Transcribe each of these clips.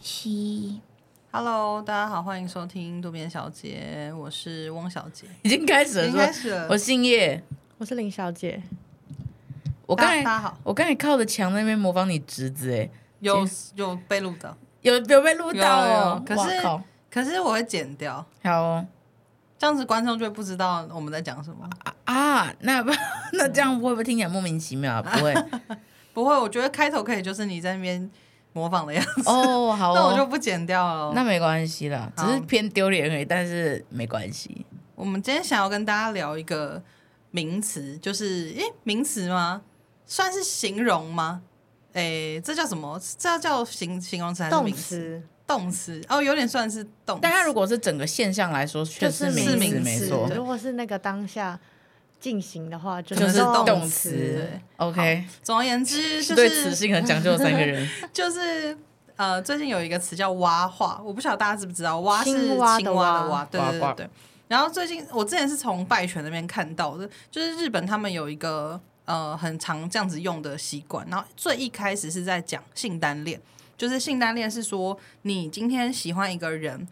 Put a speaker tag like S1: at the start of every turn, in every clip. S1: 西
S2: Hello，大家好，欢迎收听渡边小姐，我是汪小姐。
S3: 已经开始了，
S2: 已
S3: 是
S2: 经
S3: 吧
S2: 开始了
S3: 我姓叶，
S4: 我是林小姐，
S3: 我刚
S2: 大大家
S3: 才
S2: 好
S3: 我刚才靠着墙那边模仿你侄子，哎，
S2: 有有被录到，
S3: 有有被录到哦。
S2: 有有可是
S3: 哇靠
S2: 可是我会剪掉，
S3: 好哦
S2: 这样子观众就会不知道我们在讲什么。
S3: 啊，那 那这样会不会听起来莫名其妙啊？不 会
S2: 不会，我觉得开头可以就是你在那边模仿的样子，
S3: 哦，好
S2: 那我就
S3: 哦，
S2: 不剪掉了哦。
S3: 那没关系啦，只
S2: 好
S3: 是偏丢脸而已，但是没关系。
S2: 我们今天想要跟大家聊一个名词，就是诶，名词吗？算是形容吗？诶，这叫什么？这要叫形形容词还是
S4: 动
S2: 名词？
S4: 词
S2: 动词哦，有点算是动词。
S3: 但它如果是整个现象来说，确
S4: 是
S3: 实名
S2: 是
S3: 词
S2: 名
S3: 没
S2: 词
S3: 错
S2: 对，
S4: 如果是那个当下进行的话，就
S3: 就是动
S4: 动
S3: 词
S2: 对。
S3: OK，
S2: 总而言之，就
S3: 对词
S2: 是
S3: 性很讲究的三 个人，
S2: 就是呃，最近有一个词叫蛙化，我不晓得大家知不知道，蛙是青
S4: 青
S2: 蛙
S4: 蛙
S2: 的
S4: 的
S2: 蛙，
S4: 蛙
S2: 对对
S3: 呱
S2: 对
S3: 呱
S2: 对。然后最近我之前是从拜犬那边看到的，就是日本他们有一个呃很常这样子用的习惯，然后最一开始是在讲性单恋，就是性单恋是说你今天喜欢一个人。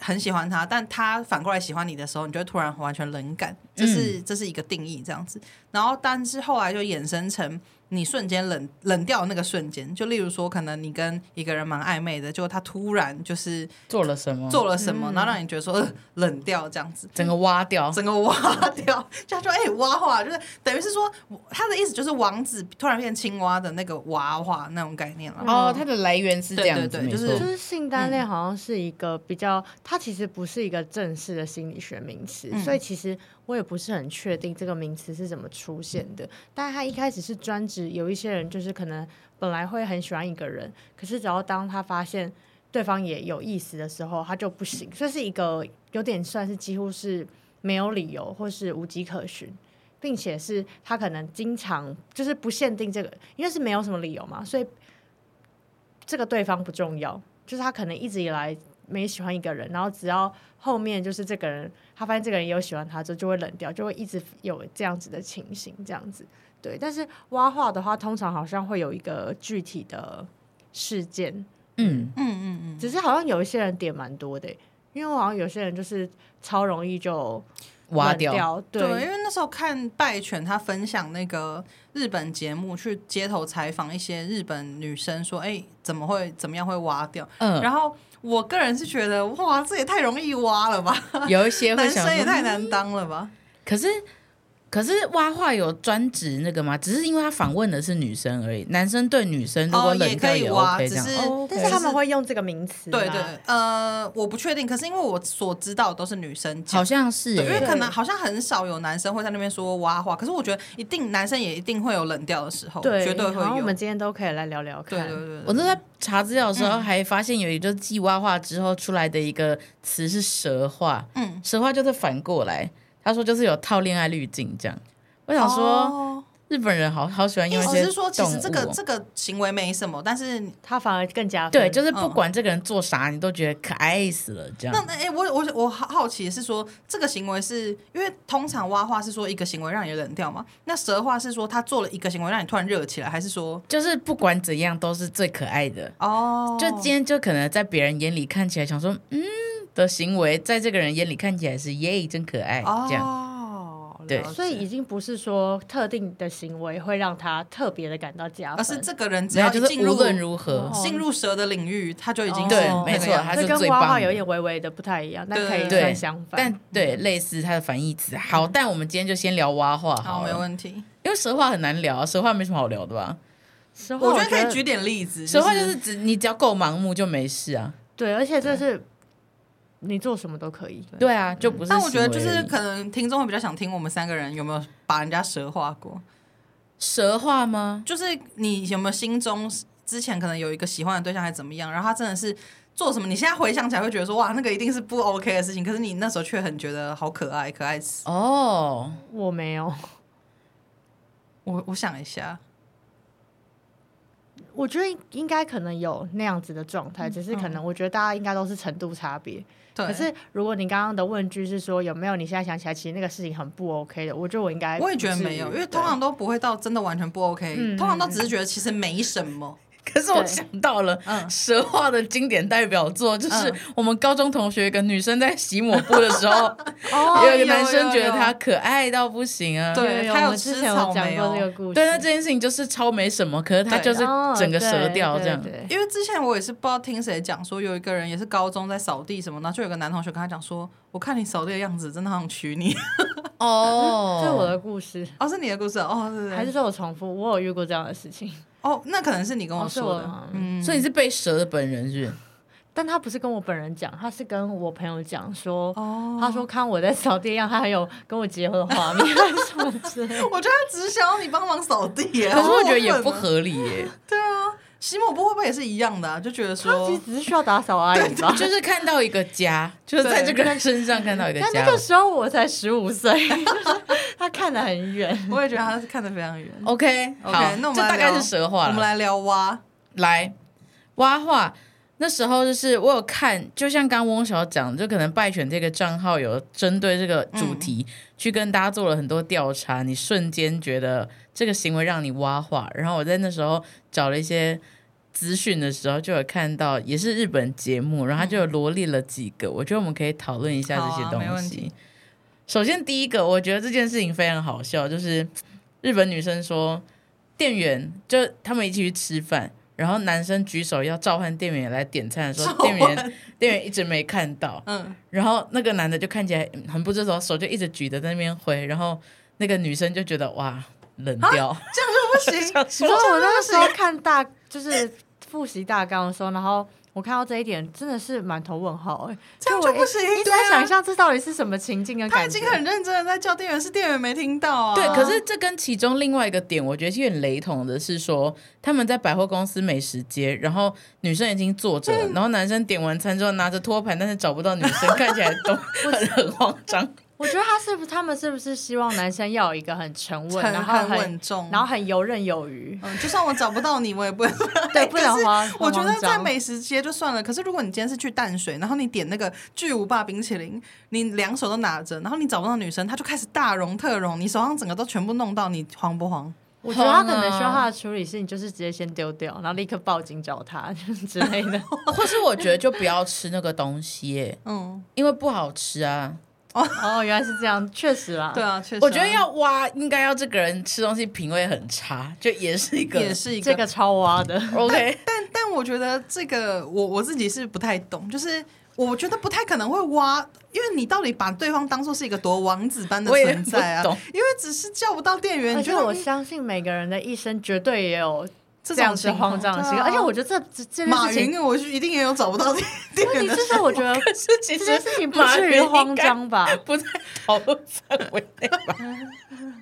S2: 很喜欢他，但他反过来喜欢你的时候，你就会突然完全冷感，这是、这是一个定义这样子。然后，但是后来就衍生成你瞬间冷冷掉的那个瞬间，就例如说，可能你跟一个人蛮暧昧的，结果他突然就是
S3: 做了什么？
S2: 做了什么，然后让你觉得说、呃、冷掉这样子，
S3: 整个挖掉，
S2: 整个挖掉， 就他说哎、蛙化，就是等于是说他的意思就是王子突然变青蛙的那个蛙化那种概念了。
S3: 哦，它的来源是这样子，
S2: 嗯对对对
S3: 没
S2: 就是
S3: 错
S4: 就。是性单恋好像是一个比较，它其实不是一个正式的心理学名词，
S2: 嗯
S4: 所以其实我也不是很确定这个名词是怎么出现的。但它一开始是专指有一些人，就是可能本来会很喜欢一个人，可是只要当他发现对方也有意思的时候，他就不行，所以是一个有点算是几乎是没有理由或是无迹可寻。并且是他可能经常就是不限定这个，因为是没有什么理由嘛，所以这个对方不重要，就是他可能一直以来没喜欢一个人，然后只要后面就是这个人，他发现这个人也有喜欢他之后，就会冷掉，就会一直有这样子的情形，这样子。对，但是挖话的话，通常好像会有一个具体的事件，
S3: 嗯，
S2: 嗯嗯
S4: 只是好像有一些人点蛮多的欸、因为好像有些人就是超容易就
S3: 挖
S4: 冷
S3: 掉。
S4: 掉，
S2: 对，因为那时候看拜犬他分享那个日本节目，去街头采访一些日本女生，说哎、怎么会怎么样会挖掉？
S3: 嗯，
S2: 然后我个人是觉得哇，这也太容易挖了 吧，
S3: 有一些会
S2: 男
S3: 想
S2: 生也
S3: 说，嗯
S2: 太难当了吧。
S3: 可是
S2: 嗯
S3: 可是挖话有专指那个吗？只是因为他访问的是女生而已，男生对女生如
S2: 哦，
S3: 果
S2: 也
S3: 冷
S2: 可
S3: 掉
S2: 以挖，
S3: OK
S2: 只
S3: 这
S2: 是
S3: 样。哦
S4: 但是他们会用这个名词吗，
S2: 对对，呃，我不确定，可是因为我所知道都是女生
S3: 好
S2: 讲。
S3: 像是
S2: 对因为
S3: 欸，
S2: 可能好像很少有男生会在那边说挖话，可是我觉得一定男生也一定会有冷掉的时候，
S4: 对，
S2: 绝对
S4: 好像
S2: 会
S4: 我
S2: 有。
S4: 们今天都可以来聊聊
S2: 对
S4: 看，
S2: 对对
S3: 我
S2: 对，
S3: 都在查资料的时
S2: 嗯
S3: 候还发现有一个就是继挖话之后出来的一个词是蛇话，
S2: 嗯，
S3: 蛇话就是反过来，他说就是有套恋爱滤镜这样。我想说，
S2: 哦
S3: 日本人好好喜欢
S2: 意
S3: 用一
S2: 思
S3: 些
S2: 是说，其
S3: 动物
S2: 实这个
S3: 哦
S2: 这个行为没什么，但是
S4: 他反而更加分
S3: 对，就是不
S2: 嗯
S3: 管这个人做啥，你都觉得可爱死了这样
S2: 那。那哎、我我我好好奇的是说，这个行为是因为通常挖话是说一个行为让你冷掉嘛？那蛇话是说他做了一个行为让你突然热起来，还是说
S3: 就是不管怎样都是最可爱的。
S2: 哦，
S3: 就今天就可能在别人眼里看起来想说嗯的行为，在这个人眼里看起来是耶真可爱、
S2: 哦，
S3: 这样。对
S2: 了解
S4: 所以已经不是说特定的行为会让他特别的感到加
S2: 而
S4: 分，
S2: 是这个人只
S3: 没有，
S2: 要
S3: 就
S2: 一
S3: 是
S2: 进
S3: 无
S2: 入
S3: 论如何，
S4: 哦
S2: 进入蛇的领域，他就已经
S4: 哦
S2: 是
S3: 对
S2: 那个
S3: 没错
S2: 样子
S3: 他
S4: 这
S3: 是
S4: 跟
S3: 最
S4: 挖
S3: 棒
S4: 话
S3: 的
S4: 有一点微微的不太一样，但可以
S2: 对
S4: 算相反。
S3: 但对
S2: 嗯
S3: 类似它的反义词。好，但我们今天就先聊蛙话
S2: 好，
S3: 好
S2: 哦没
S3: 了，
S2: 问题。
S3: 因为蛇话很难聊，蛇话没什么好聊的吧？
S4: 实话
S2: 我
S4: 我
S2: 觉得可以举点例子，
S3: 蛇话就是指你只要够盲目就没事啊。
S4: 对，而且这是你做什么都可以。
S3: 对啊，就不是行
S2: 但
S3: 为
S2: 我
S3: 而已。
S2: 觉得就是可能听众会比较想听我们三个人有没有把人家蛇化过，
S3: 蛇话吗？
S2: 就是你有没有心中之前可能有一个喜欢的对象还怎么样，然后他真的是做什么，你现在回想起来会觉得说哇，那个一定是不 OK 的事情，可是你那时候却很觉得好可爱，可爱死。
S3: 哦，
S4: 我没有，
S2: 我我想一下，
S4: 我觉得应该可能有那样子的状态，只是可能我觉得大家应该都是程度差别。
S2: 对，
S4: 可是如果你刚刚的问句是说有没有你现在想起来，其实那个事情很不 OK 的，我觉得我应该
S2: 我也觉得
S4: 不至
S2: 没有，
S4: 于
S2: 因为
S4: 对
S2: 通常都不会到真的完全不 OK，、
S4: 嗯
S2: 通常都只是觉得其实没什么。
S3: 可是我
S4: 对
S3: 想到了
S2: 嗯
S3: 蛇化的经典代表作，就是
S2: 嗯
S3: 我们高中同学跟女生在洗抹布的时候，
S4: 哦
S3: 有一个男生觉得他
S2: 有
S3: 可爱到不行啊。
S2: 对
S4: 有有
S2: 他有
S4: 我之
S2: 吃
S4: 前
S2: 草
S4: 有讲
S2: 莓
S4: 过这
S2: 哦
S4: 个故事，
S3: 对，那这件事情就是超没什么，可是他
S2: 对
S3: 就是
S4: 哦
S3: 整个折
S4: 对
S3: 掉这样。
S4: 对对
S2: 因为之前我也是不知道听谁讲说，有一个人也是高中在扫地什么，然后就有个男同学跟他讲说：“我看你扫地的样子，真的好想娶你。
S3: 哦
S4: 这是我的故事，”
S2: 哦，是你的故事哦，哦对对对
S4: 还是说我重复？我有遇过这样的事情，
S2: 哦，那可能是你跟我
S4: 哦是
S2: 说
S4: 我
S2: 的，
S4: 吗
S2: 嗯，
S3: 所以你是被蛇的本人是不是？
S4: 但他不是跟我本人讲，他是跟我朋友讲说，
S2: 哦，
S4: 他说看我在扫地一样，他还有跟我结婚的画面什么之类的。
S2: 我觉得他 只是想要你帮忙扫地耶，
S3: 可是我觉得也
S2: 好
S3: 不
S2: 过分啊。
S3: 合理耶，
S2: 对啊，洗抹布会不会也是一样的啊？就觉得
S4: 他其
S2: 说
S4: 实，只是需要打扫而已吧。
S3: 就是看到一个家，就是在这个人身上看到一个
S4: 但那
S3: 家
S4: 个。时候我才十五岁，就是他看得很 远。
S2: 我也觉得他是看得非常远。
S3: OK，好
S2: OK，那我们
S3: 这
S2: 来
S3: 大概
S2: 聊
S3: 是蛇化
S2: 我
S3: 了
S2: 们。来聊蛙，
S3: 来挖话。那时候就是我有看，就像刚翁小讲，就可能拜犬这个账号有针对这个主题、
S2: 嗯
S3: 去跟大家做了很多调查，你瞬间觉得这个行为让你挖话。然后我在那时候找了一些资讯的时候，就有看到也是日本节目，然后他就有罗列了几个，我觉得我们可以讨论一下这
S2: 好
S3: 些
S2: 啊
S3: 东
S2: 没问
S3: 西
S2: 题。
S3: 首先第一个，我觉得这件事情非常好笑，就是日本女生说店员就他们一起去吃饭，然后男生举手要召唤店员来点餐的时候，
S2: 召
S3: 店
S2: 唤
S3: 员店员一直没看到，
S2: 嗯，
S3: 然后那个男的就看起来嗯很不知所措，手就一直举着在那边挥，然后那个女生就觉得哇冷
S2: 啊
S3: 掉，
S2: 这样就不行。
S4: 你说我那个时候看大，就是复习大纲的时候，然后我看到这一点，真的是满头问号哎、
S2: 这样就不行
S4: 就我一一直
S2: 对啊
S4: 在想象这到底是什么情境跟
S2: 他
S4: 感
S2: 已
S4: 觉。
S2: 经很认真的在叫店员，是店员没听到啊。
S3: 对，可是这跟其中另外一个点，我觉得有点雷同的是说，他们在百货公司美食街，然后女生已经坐着
S2: 嗯
S3: 了，然后男生点完餐之后拿着托盘，但是找不到女 生，看起来都很很慌张。
S4: 我觉得他是不是他们是不是希望男生要有一个很沉稳，
S2: 很
S4: 然后
S2: 很
S4: 很
S2: 稳重，
S4: 然后很游刃有余，
S2: 嗯，就算我找不到你，我也 不会
S4: 对，不能
S2: 可是
S4: 慌。
S2: 我觉得
S4: 慌张
S2: 在美食街就算了，可是如果你今天是去淡水，然后你点那个巨无霸冰淇淋，你两手都拿着，然后你找不到女生，她就开始大容特容，你手上整个都全部弄到，你慌不慌？
S4: 我觉得他可能需要他的处理是，你就是直接先丢掉，然后立刻报警找他 之类的。
S3: 或是我觉得就不要吃那个东西耶，
S2: 嗯，
S3: 因为不好吃啊。
S4: 哦，原来是这样，确实啦。
S2: 对，啊，确实啊、
S3: 我觉得要挖，应该要这个人吃东西品味很差，就也是一个
S2: 也是一个
S4: 这个超挖的。
S3: OK。
S2: 但但我觉得这个我我自己是不太懂，就是我觉得不太可能会挖，因为你到底把对方当做是一个多王子般的
S3: 我也
S2: 存在啊
S3: 不懂，
S2: 因为只是叫不到店员，
S4: 而
S2: 你觉
S4: 且
S2: 得
S4: 我
S2: 嗯
S4: 相信每个人的一生绝对也有
S2: 这
S4: 样
S2: 种
S4: 子
S2: 情
S4: 慌张的时
S2: 况
S4: 刻，
S2: 对啊
S4: 而且我觉得这这这件
S2: 马
S4: 事情，
S2: 云，我一定也有找不到店店
S4: 问
S2: 员
S4: 题
S2: 的
S4: 就。是我觉得
S3: 可是其
S4: 这
S3: 实
S4: 件事情不
S3: 马
S4: 至于
S3: 云应
S4: 慌
S3: 该
S4: 张吧？
S3: 不在讨论范围内吧？马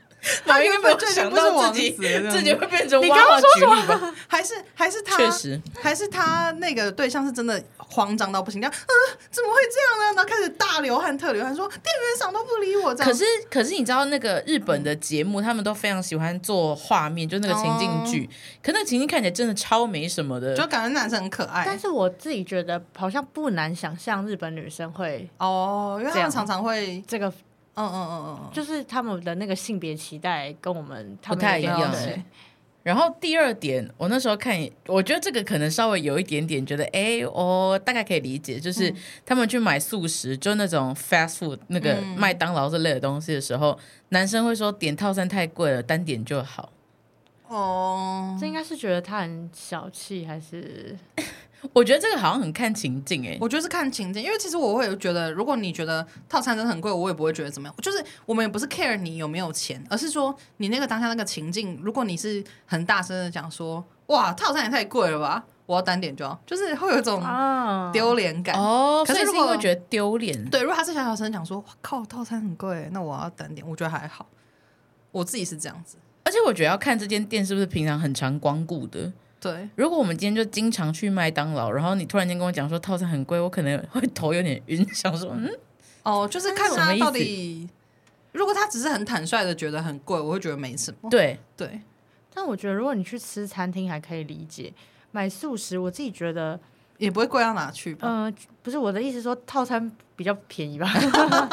S2: 他
S3: 云
S2: 原
S3: 有没
S2: 本
S3: 有
S2: 就已经
S3: 想
S2: 不是
S3: 到
S2: 王
S3: 自己
S2: 子了
S3: 自己会变成
S4: 你
S3: 娃
S4: 刚刚
S3: 娃
S4: 说
S3: 举
S4: 什
S3: 例吧？
S2: 还是还是他，
S3: 确实，
S2: 还是他那个对象是真的慌张到不行，这样，嗯、怎么会这样呢？然后开始大流汗、特流汗，说店员赏都不理我，这样。
S3: 可是可是你知道那个日本的节目，他们都非常喜欢做画面，就那个情
S4: 哦
S3: 境剧。可那个情境看起来真的超没什么的，
S2: 就感觉男生很可
S4: 但
S2: 爱
S4: 是我自己觉得好像不难想象日本女生会
S2: 哦，因为他
S4: 这
S2: 们
S4: 样
S2: 常常会，
S4: 这个，
S2: 嗯嗯嗯嗯嗯，
S4: 就是他们的那个性别期待跟我们他们
S3: 不太
S4: 有点
S3: 一样
S4: 对
S2: 对
S3: 然后第二点，我那时候看，我觉得这个可能稍微有一点点觉得，哎，我大概可以理解，
S2: 嗯
S3: 就是他们去买素食，就那种 fast food 那个
S2: 嗯
S3: 麦当劳这类的东西的时候，男生会说点套餐太贵了，单点就好。
S2: 哦
S4: 这，应该是觉得他很小气，还是
S3: 我觉得这个好像很看情境、诶。
S2: 我觉得是看情境，因为其实我会觉得，如果你觉得套餐真的很贵，我也不会觉得怎么样。就是我们也不是 care 你有没有钱，而是说你那个当下那个情境，如果你是很大声的讲说，哇，套餐也太贵了吧，我要单点就好，就是会有一种
S4: 啊
S2: 丢脸感。
S3: 哦，
S2: 可
S3: 所
S2: 是
S3: 以是
S2: 如
S3: 因
S2: 果
S3: 为觉得丢脸，
S2: 对，如果他是小小声讲说，哇靠，套餐很贵，那我要单点，我觉得还好。我自己是这样子，
S3: 而且我觉得要看这间店是不是平常很常光顾的。
S2: 对，
S3: 如果我们今天就经常去麦当劳，然后你突然间跟我讲说套餐很贵，我可能会头有点晕，想说嗯，
S2: 哦，就是看
S3: 什么
S2: 他
S3: 意思
S2: 到底，如果他只是很坦率的觉得很贵，我会觉得没什么。
S3: 对，
S2: 对，
S4: 但我觉得如果你去吃餐厅还可以理解，买素食我自己觉得
S2: 也不会贵到哪去吧？
S4: 呃，不是我的意思说套餐比较便宜吧，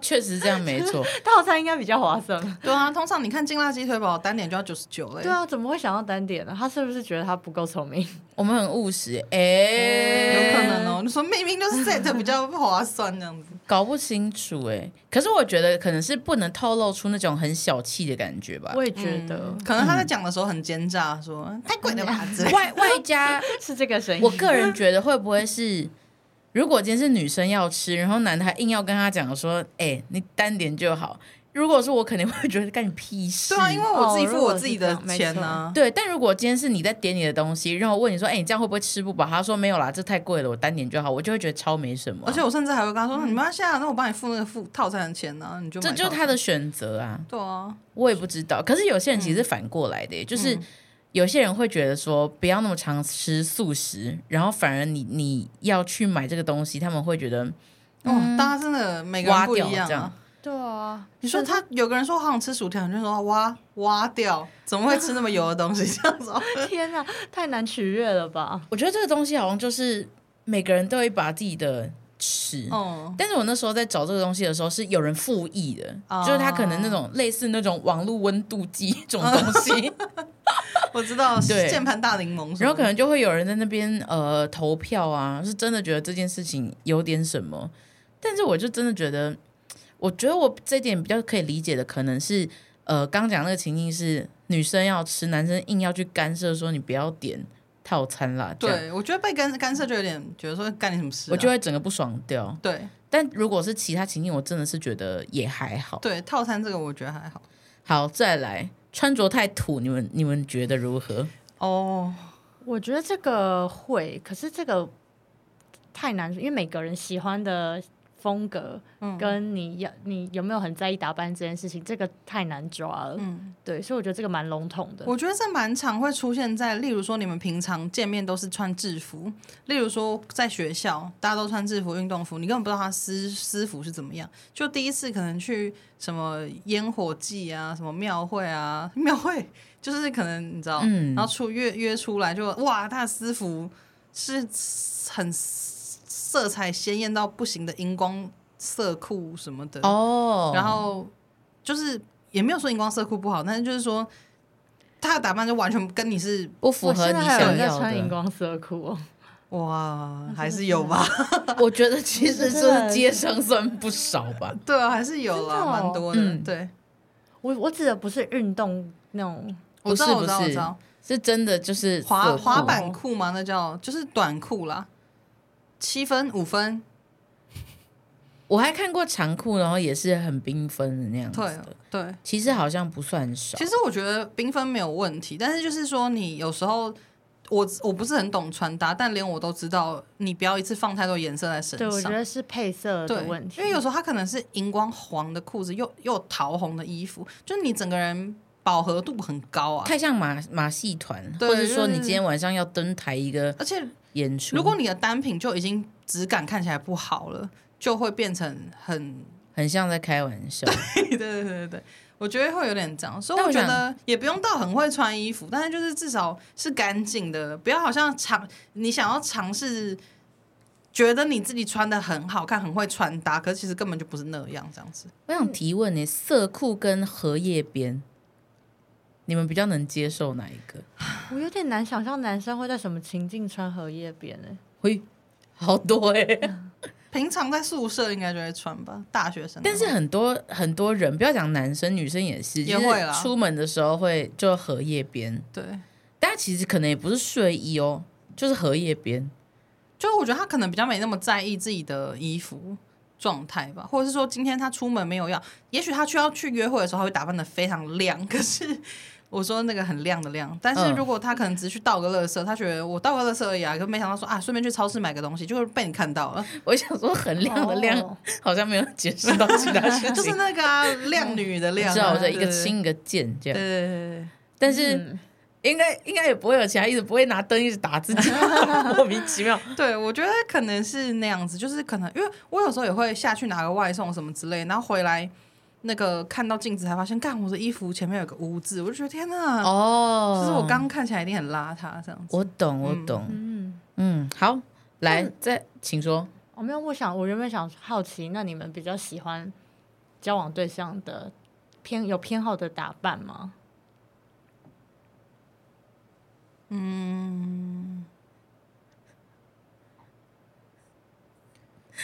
S3: 确实这样没错。
S4: 套餐应该比较划算。
S2: 对啊，通常你看劲辣鸡腿堡单点就要九十九
S4: 嗯
S2: 嘞。
S4: 对啊，怎么会想到单点呢？他是不是觉得他不够聪明？
S3: 我们很务实，哎、
S2: 有可能哦，你说明明就是 set 比较划算这样子，
S3: 搞不清楚哎、可是我觉得可能是不能透露出那种很小气的感觉吧。
S4: 我也觉得、
S2: 嗯可能他在讲的时候很奸诈，说太贵了吧之类的。
S3: 外外加，
S4: 是这个声音。
S3: 我个人觉得会不会是，如果今天是女生要吃，然后男的还硬要跟她讲说，哎、你单点就好。如果是我，肯定会觉得干你屁事。
S2: 对啊，因为我自己
S4: 哦
S2: 付
S4: 如果
S2: 我自己的钱啊呢、
S3: 对，但如果今天是你在点你的东西，然后我问你说，哎、你这样会不会吃不饱？他说没有啦，这太贵了，我单点就好，我就会觉得超没什么啊。
S2: 而且我甚至还会跟他说：“你妈下，那我帮你付那个付套餐的钱呢、你就买
S3: 这就是
S2: 套
S3: 他
S2: 餐
S3: 的选择啊。
S2: 对啊，
S3: 我也不知道，可是有些人其实是反过来的耶、欸就是有些人会觉得说不要那么常吃素食，然后反而你你要去买这个东西，他们会觉得
S2: 哦，大家真的每个人
S3: 挖
S2: 不
S3: 掉
S2: 一样
S3: 这
S2: 啊
S3: 样。。
S4: 对啊，
S2: 你说他有个人说好想吃薯条，你就说挖挖掉，怎么会吃那么油的东西？ 这样子、哦，
S4: 天啊，太难取悦了吧？
S3: 我觉得这个东西好像就是每个人都有一把自己的尺。
S2: 嗯，
S3: 但是我那时候在找这个东西的时候，是有人复议的，
S2: 哦
S3: 就是他可能那种类似那种网络温度计这种东西，
S2: 我知道，
S3: 对
S2: 键盘大柠檬什么的，
S3: 然后可能就会有人在那边呃投票啊，是真的觉得这件事情有点什么。但是我就真的觉得，我觉得我这点比较可以理解的，可能是呃刚讲那个情境是女生要吃，男生硬要去干涉说你不要点套餐啦，这样
S2: 对我觉得被干干涉就有点觉得说干你什么事啊、
S3: 我就会整个不爽掉。
S2: 对
S3: 但如果是其他情境，我真的是觉得也还好。
S2: 对套餐这个我觉得还好
S3: 好，再来穿着太土，你们你们觉得如何？
S2: 哦，
S4: 我觉得这个会，可是这个太难，因为每个人喜欢的风格
S2: 嗯
S4: 跟你要你有没有很在意打扮这件事情，这个太难抓了。
S2: 嗯。
S4: 对，所以我觉得这个蛮笼统的。
S2: 我觉得这蛮常会出现在，例如说你们平常见面都是穿制服，例如说在学校大家都穿制服、运动服，你根本不知道他私私服是怎么样。就第一次可能去什么烟火季啊、什么庙会啊， 庙会就是可能你知道，
S3: 嗯
S2: 然后出约约出来就哇，他的私服是很色彩鲜艳到不行的荧光色裤什么的
S3: 哦
S2: 然后就是也没有说荧光色裤不好，但是就是说他的打扮就完全跟你是
S3: 不符
S4: 我
S3: 合
S4: 现在
S3: 你
S4: 还有
S3: 想
S4: 人在
S3: 要
S4: 穿荧
S3: 的。
S4: 光 色裤哦，
S2: 哇，还是有吧？
S3: 我觉得其实就是街上算不少吧。
S2: 对啊，还是有啦，
S4: 真的哦
S2: 蛮多的。
S3: 嗯
S2: 对，
S4: 我我指的不是运动那种，
S2: 我知道，我
S3: 不是
S2: 知道，
S3: 不
S2: 我
S3: 是
S2: 知道，
S3: 是真的就是
S2: 滑
S3: 色裤
S2: 滑板裤吗？那叫就是短裤啦，七分五分，
S3: 我还看过长裤，然后也是很缤纷的那样子
S2: 对
S3: 的。
S2: 对。
S3: 其实好像不算少
S2: 其，实我觉得缤纷没有问题，但是就是说你有时候。我我不是很懂穿搭，但连我都知道，你不要一次放太多颜色在身
S4: 对
S2: 上。
S4: 我觉得是配色
S2: 对
S4: 的问题。
S2: 因为有时候它可能是荧光黄的裤子，又又桃红的衣服，就是你整个人饱和度很高啊。
S3: 太像马马戏团，
S2: 对
S3: 或者说
S2: 就是
S3: 你今天晚上要登台一个
S2: 而且
S3: 演出，
S2: 如果你的单品就已经质感看起来不好了，就会变成 很……
S3: 很像在开玩 笑，
S2: 对对对对对，我觉得会有点这样。所以
S3: 但
S2: 我
S3: 我
S2: 觉
S3: 想
S2: 得也不用到很会穿衣服，但是就是至少是干净的，不要好像尝你想要尝试。觉得你自己穿的很好看，很会穿搭，可是其实根本就不是那样，这样子。
S3: 我想提问呢，色裤跟荷叶边，你们比较能接受哪一个？
S4: 我有点难想象男生会在什么情境穿荷叶边欸呢、
S3: 嘿，好多哎、
S2: 平常在宿舍应该就会穿吧，大学生的话。
S3: 但是很多很多人，不要讲男生，女生也是，
S2: 也
S3: 就是
S2: 会啦
S3: 出门的时候会就荷叶边，
S2: 对，
S3: 但其实可能也不是睡衣哦，就是荷叶边。
S2: 就是我觉得他可能比较没那么在意自己的衣服状态吧，或者是说今天他出门没有要，也许他去要去约会的时候，他会打扮的非常亮， 可是。我说那个很亮的亮，但是
S3: 嗯
S2: 如果他可能只是去倒个垃圾，他觉得我倒个垃圾而已啊，可没想到说啊，顺便去超市买个东西，就是被你看到 了，
S3: 我想说很亮的亮，
S4: 哦
S3: 好像没有解释到其他事 情。
S2: 就是那个啊，靓女的亮、啊，
S3: 知道我的
S2: 对
S3: 一个，轻一个贱这
S2: 对
S3: 样，
S2: 对对对对，
S3: 但是
S4: 嗯
S3: 应该应该也不会有其他意思，不会拿灯一直打 自己，莫名其妙。
S2: 对，我觉得可能是那样子，就是可能因为我有时候也会下去拿个外送什么之类，然后回来那个看到镜子才发现，干我的衣服前面有个污渍，我就觉得天哪，
S3: 哦
S2: 就是我刚看起来一定很邋遢这样子。
S3: 我懂，我懂，
S4: 嗯，
S3: 嗯，好，来
S4: 嗯，
S3: 再请说。
S4: 我哦没有，我想我原本想好奇，那你们比较喜欢交往对象的偏有偏好的打扮吗？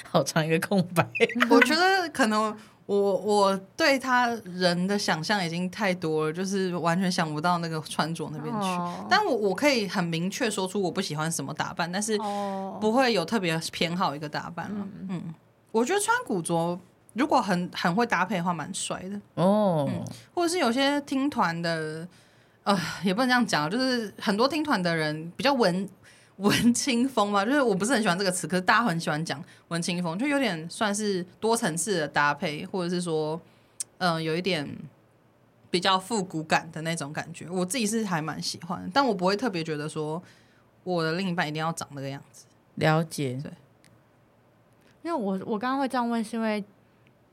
S3: 好长一个空白。
S2: 我觉得可能我我对他人的想象已经太多了，就是完全想不到那个穿着那边去。
S4: 哦
S2: 但我我可以很明确说出我不喜欢什么打扮，但是
S4: 哦，
S2: 不会有特别偏好一个打扮了。嗯我觉得穿古着如果很很会搭配的话，蛮帅的。
S3: 哦，
S2: 或者是有些听团的，呃，也不能这样讲，就是很多听团的人比较文 文青风嘛，就是我不是很喜欢这个词，可是大家很喜欢讲文青风，就有点算是多层次的搭配，或者是说，嗯、有一点比较复古感的那种感觉，我自己是还蛮喜欢的，但我不会特别觉得说我的另一半一定要长那个样子。
S3: 了解。
S4: 因为我我刚刚会这样问，是因为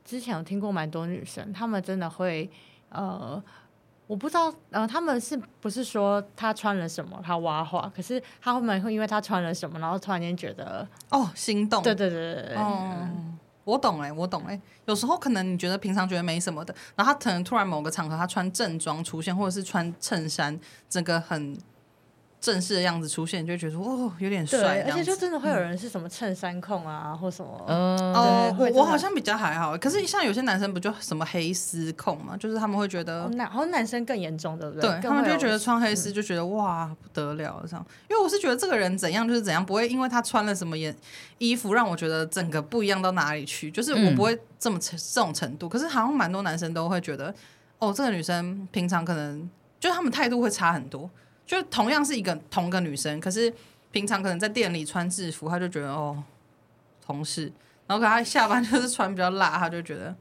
S4: 之前有听过蛮多女生，她们真的会呃，我不知道呃，她们是不是说她穿了什么，她挖话，可是她们会因为她穿了什么，然后突然间觉得，
S2: 哦，心动，
S4: 对对对对对，
S2: 哦，我懂哎、我懂哎、有时候可能你觉得平常觉得没什么的，然后他可能突然某个场合他穿正装出现，或者是穿衬衫，整个很正式的样子出现，你就会觉得说哦，有点帅
S4: 对
S2: 这样，子。嗯
S4: 而且就真的会有人是什么衬衫控啊，或什么，
S3: 嗯，
S2: 哦，
S4: 对会
S2: 我我
S4: 真的
S2: 好像比较还好，可是像有些男生不就什么黑丝控嘛，就是他们会觉得
S4: 哦，男好像男生更严重，对不
S2: 对
S4: 对
S2: 他们就会觉得
S4: 更
S2: 穿黑丝就觉得、哇不得了这样，因为我是觉得这个人怎样就是怎样，不会因为他穿了什么颜衣服让我觉得整个不一样到哪里去，就是我
S3: 嗯
S2: 不会这么程这种程度。可是好像蛮多男生都会觉得，哦，这个女生平常可能就是他们态度会差很多，就同样是一个同个女生，可是平常可能在店里穿制服，他就觉得哦同事，然后可他下班 就是穿比较辣，他就觉得。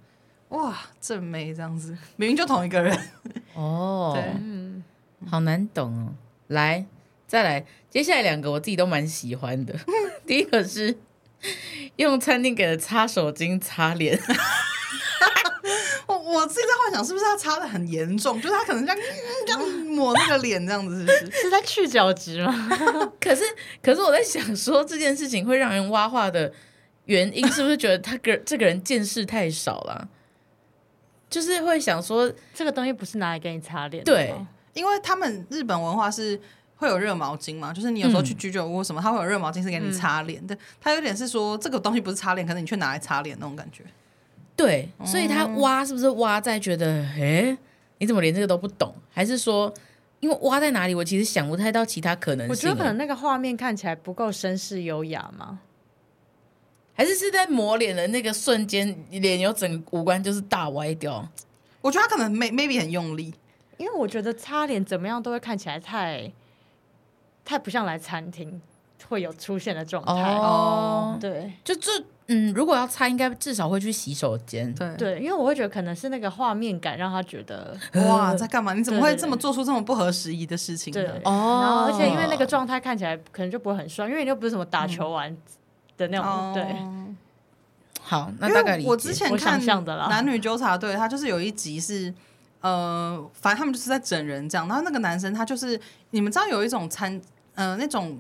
S2: 哇，正妹这样子，明明就同一个人，
S3: 哦，
S2: 对
S4: 嗯，
S3: 好难懂哦。来，再来，接下来两个我自己都蛮喜欢的。 第一个是用餐厅给的擦手巾擦脸，
S2: 我我自己在幻想，是不是他擦的很严重？就是他可能这样、嗯、这样抹那个脸，这样子是不是？
S4: 是在去角质吗？
S3: 可是可是我在想说这件事情会让人挖话的原因，是不是觉得他个 这个人见识太少了？就是会想说，
S4: 这个东西不是拿来给你擦脸的
S3: 对
S4: 吗
S2: 因为他们日本文化是会有热毛巾嘛，就是你有时候
S4: 嗯
S2: 去居酒屋什么，他会有热毛巾是给你擦脸的。他有点是说这个东西不是擦脸，可是你却拿来擦脸那种感觉。
S3: 对，
S4: 哦
S3: 所以他挖是不是挖在觉得，诶，你怎么连这个都不懂？还是说，因为挖在哪里，我其实想不太到其他可能性。
S4: 我觉得可能那个画面看起来不够绅士优雅嘛。
S3: 还是是在抹脸的那个瞬间，脸有整个五官就是大歪掉。
S2: 我觉得他可能 may, maybe 很用力，
S4: 因为我觉得擦脸怎么样都会看起来太太不像来餐厅会有出现的状态。
S2: 哦
S4: 对
S3: 就这嗯，如果要擦，应该至少会去洗手间。
S2: 对
S4: 对，因为我会觉得可能是那个画面感让他觉得
S2: 哇，在干嘛？你怎么
S4: 对
S2: 会
S4: 对对
S2: 这么做出这么不合时宜的事情
S4: 对，
S2: 呢？
S4: 然
S3: 哦
S4: 后而且因为那个状态看起来可能就不会很帅，因为你又不是什么打球完的那
S2: 哦
S4: 种，对，
S3: 好，那
S2: 因
S3: 大概
S2: 为
S3: 理解
S2: 我之前
S4: 我
S2: 看
S4: 想象的啦
S2: 男女纠察队，他就是有一集是。呃，反正他们就是在整人这样，然后那个男生他就是，你们知道有一种餐，呃，那种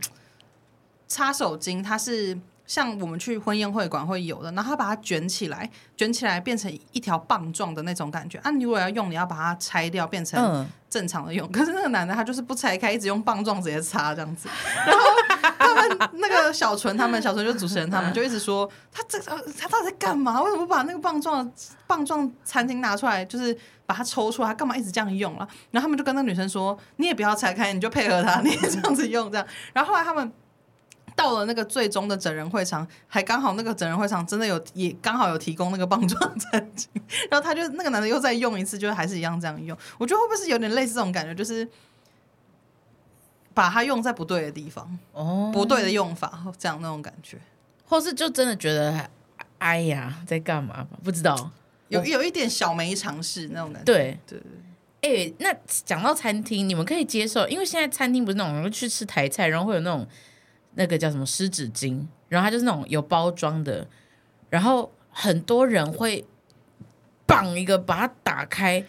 S2: 擦手巾，它是像我们去婚宴会馆会有的，然后他把它卷起来，卷起来变成一条棒状的那种感觉。啊，你如果要用，你要把它拆掉，变成
S3: 嗯，
S2: 正常的用， 可是那个男的他就是不拆开，一直用棒状直接插这样子。 然后他们那个小纯他们，小纯就是主持人他们就一直说他这个呃他到底在干嘛？为什么不把那个棒状棒状餐巾拿出来，就是把它抽出来？干嘛一直这样用啊？然后他们就跟那个女生说，你也不要拆开，你就配合他，你也这样子用这样。然后后来他们。到了那个最终的整人会场，还刚好那个整人会场真的有也刚好有提供那个棒状餐巾， 然后他就那个男的又再用一次，就是还是一样这样用。我觉得会不会是有点类似这种感觉，就是把它用在不对的地方，
S3: 哦，
S2: 不对的用法，这样那种感觉，
S3: 或是就真的觉得，哎呀，在干嘛吧？不知道。
S2: 有
S3: 我
S2: 有一点小没尝试那种感觉。
S3: 对，
S2: 对对
S3: 哎、那讲到餐厅，你们可以接受，因为现在餐厅不是那种去吃台菜，然后会有那种那个叫什么湿纸巾，然后它就是那种有包装的，然后很多人会绑一个把它打开，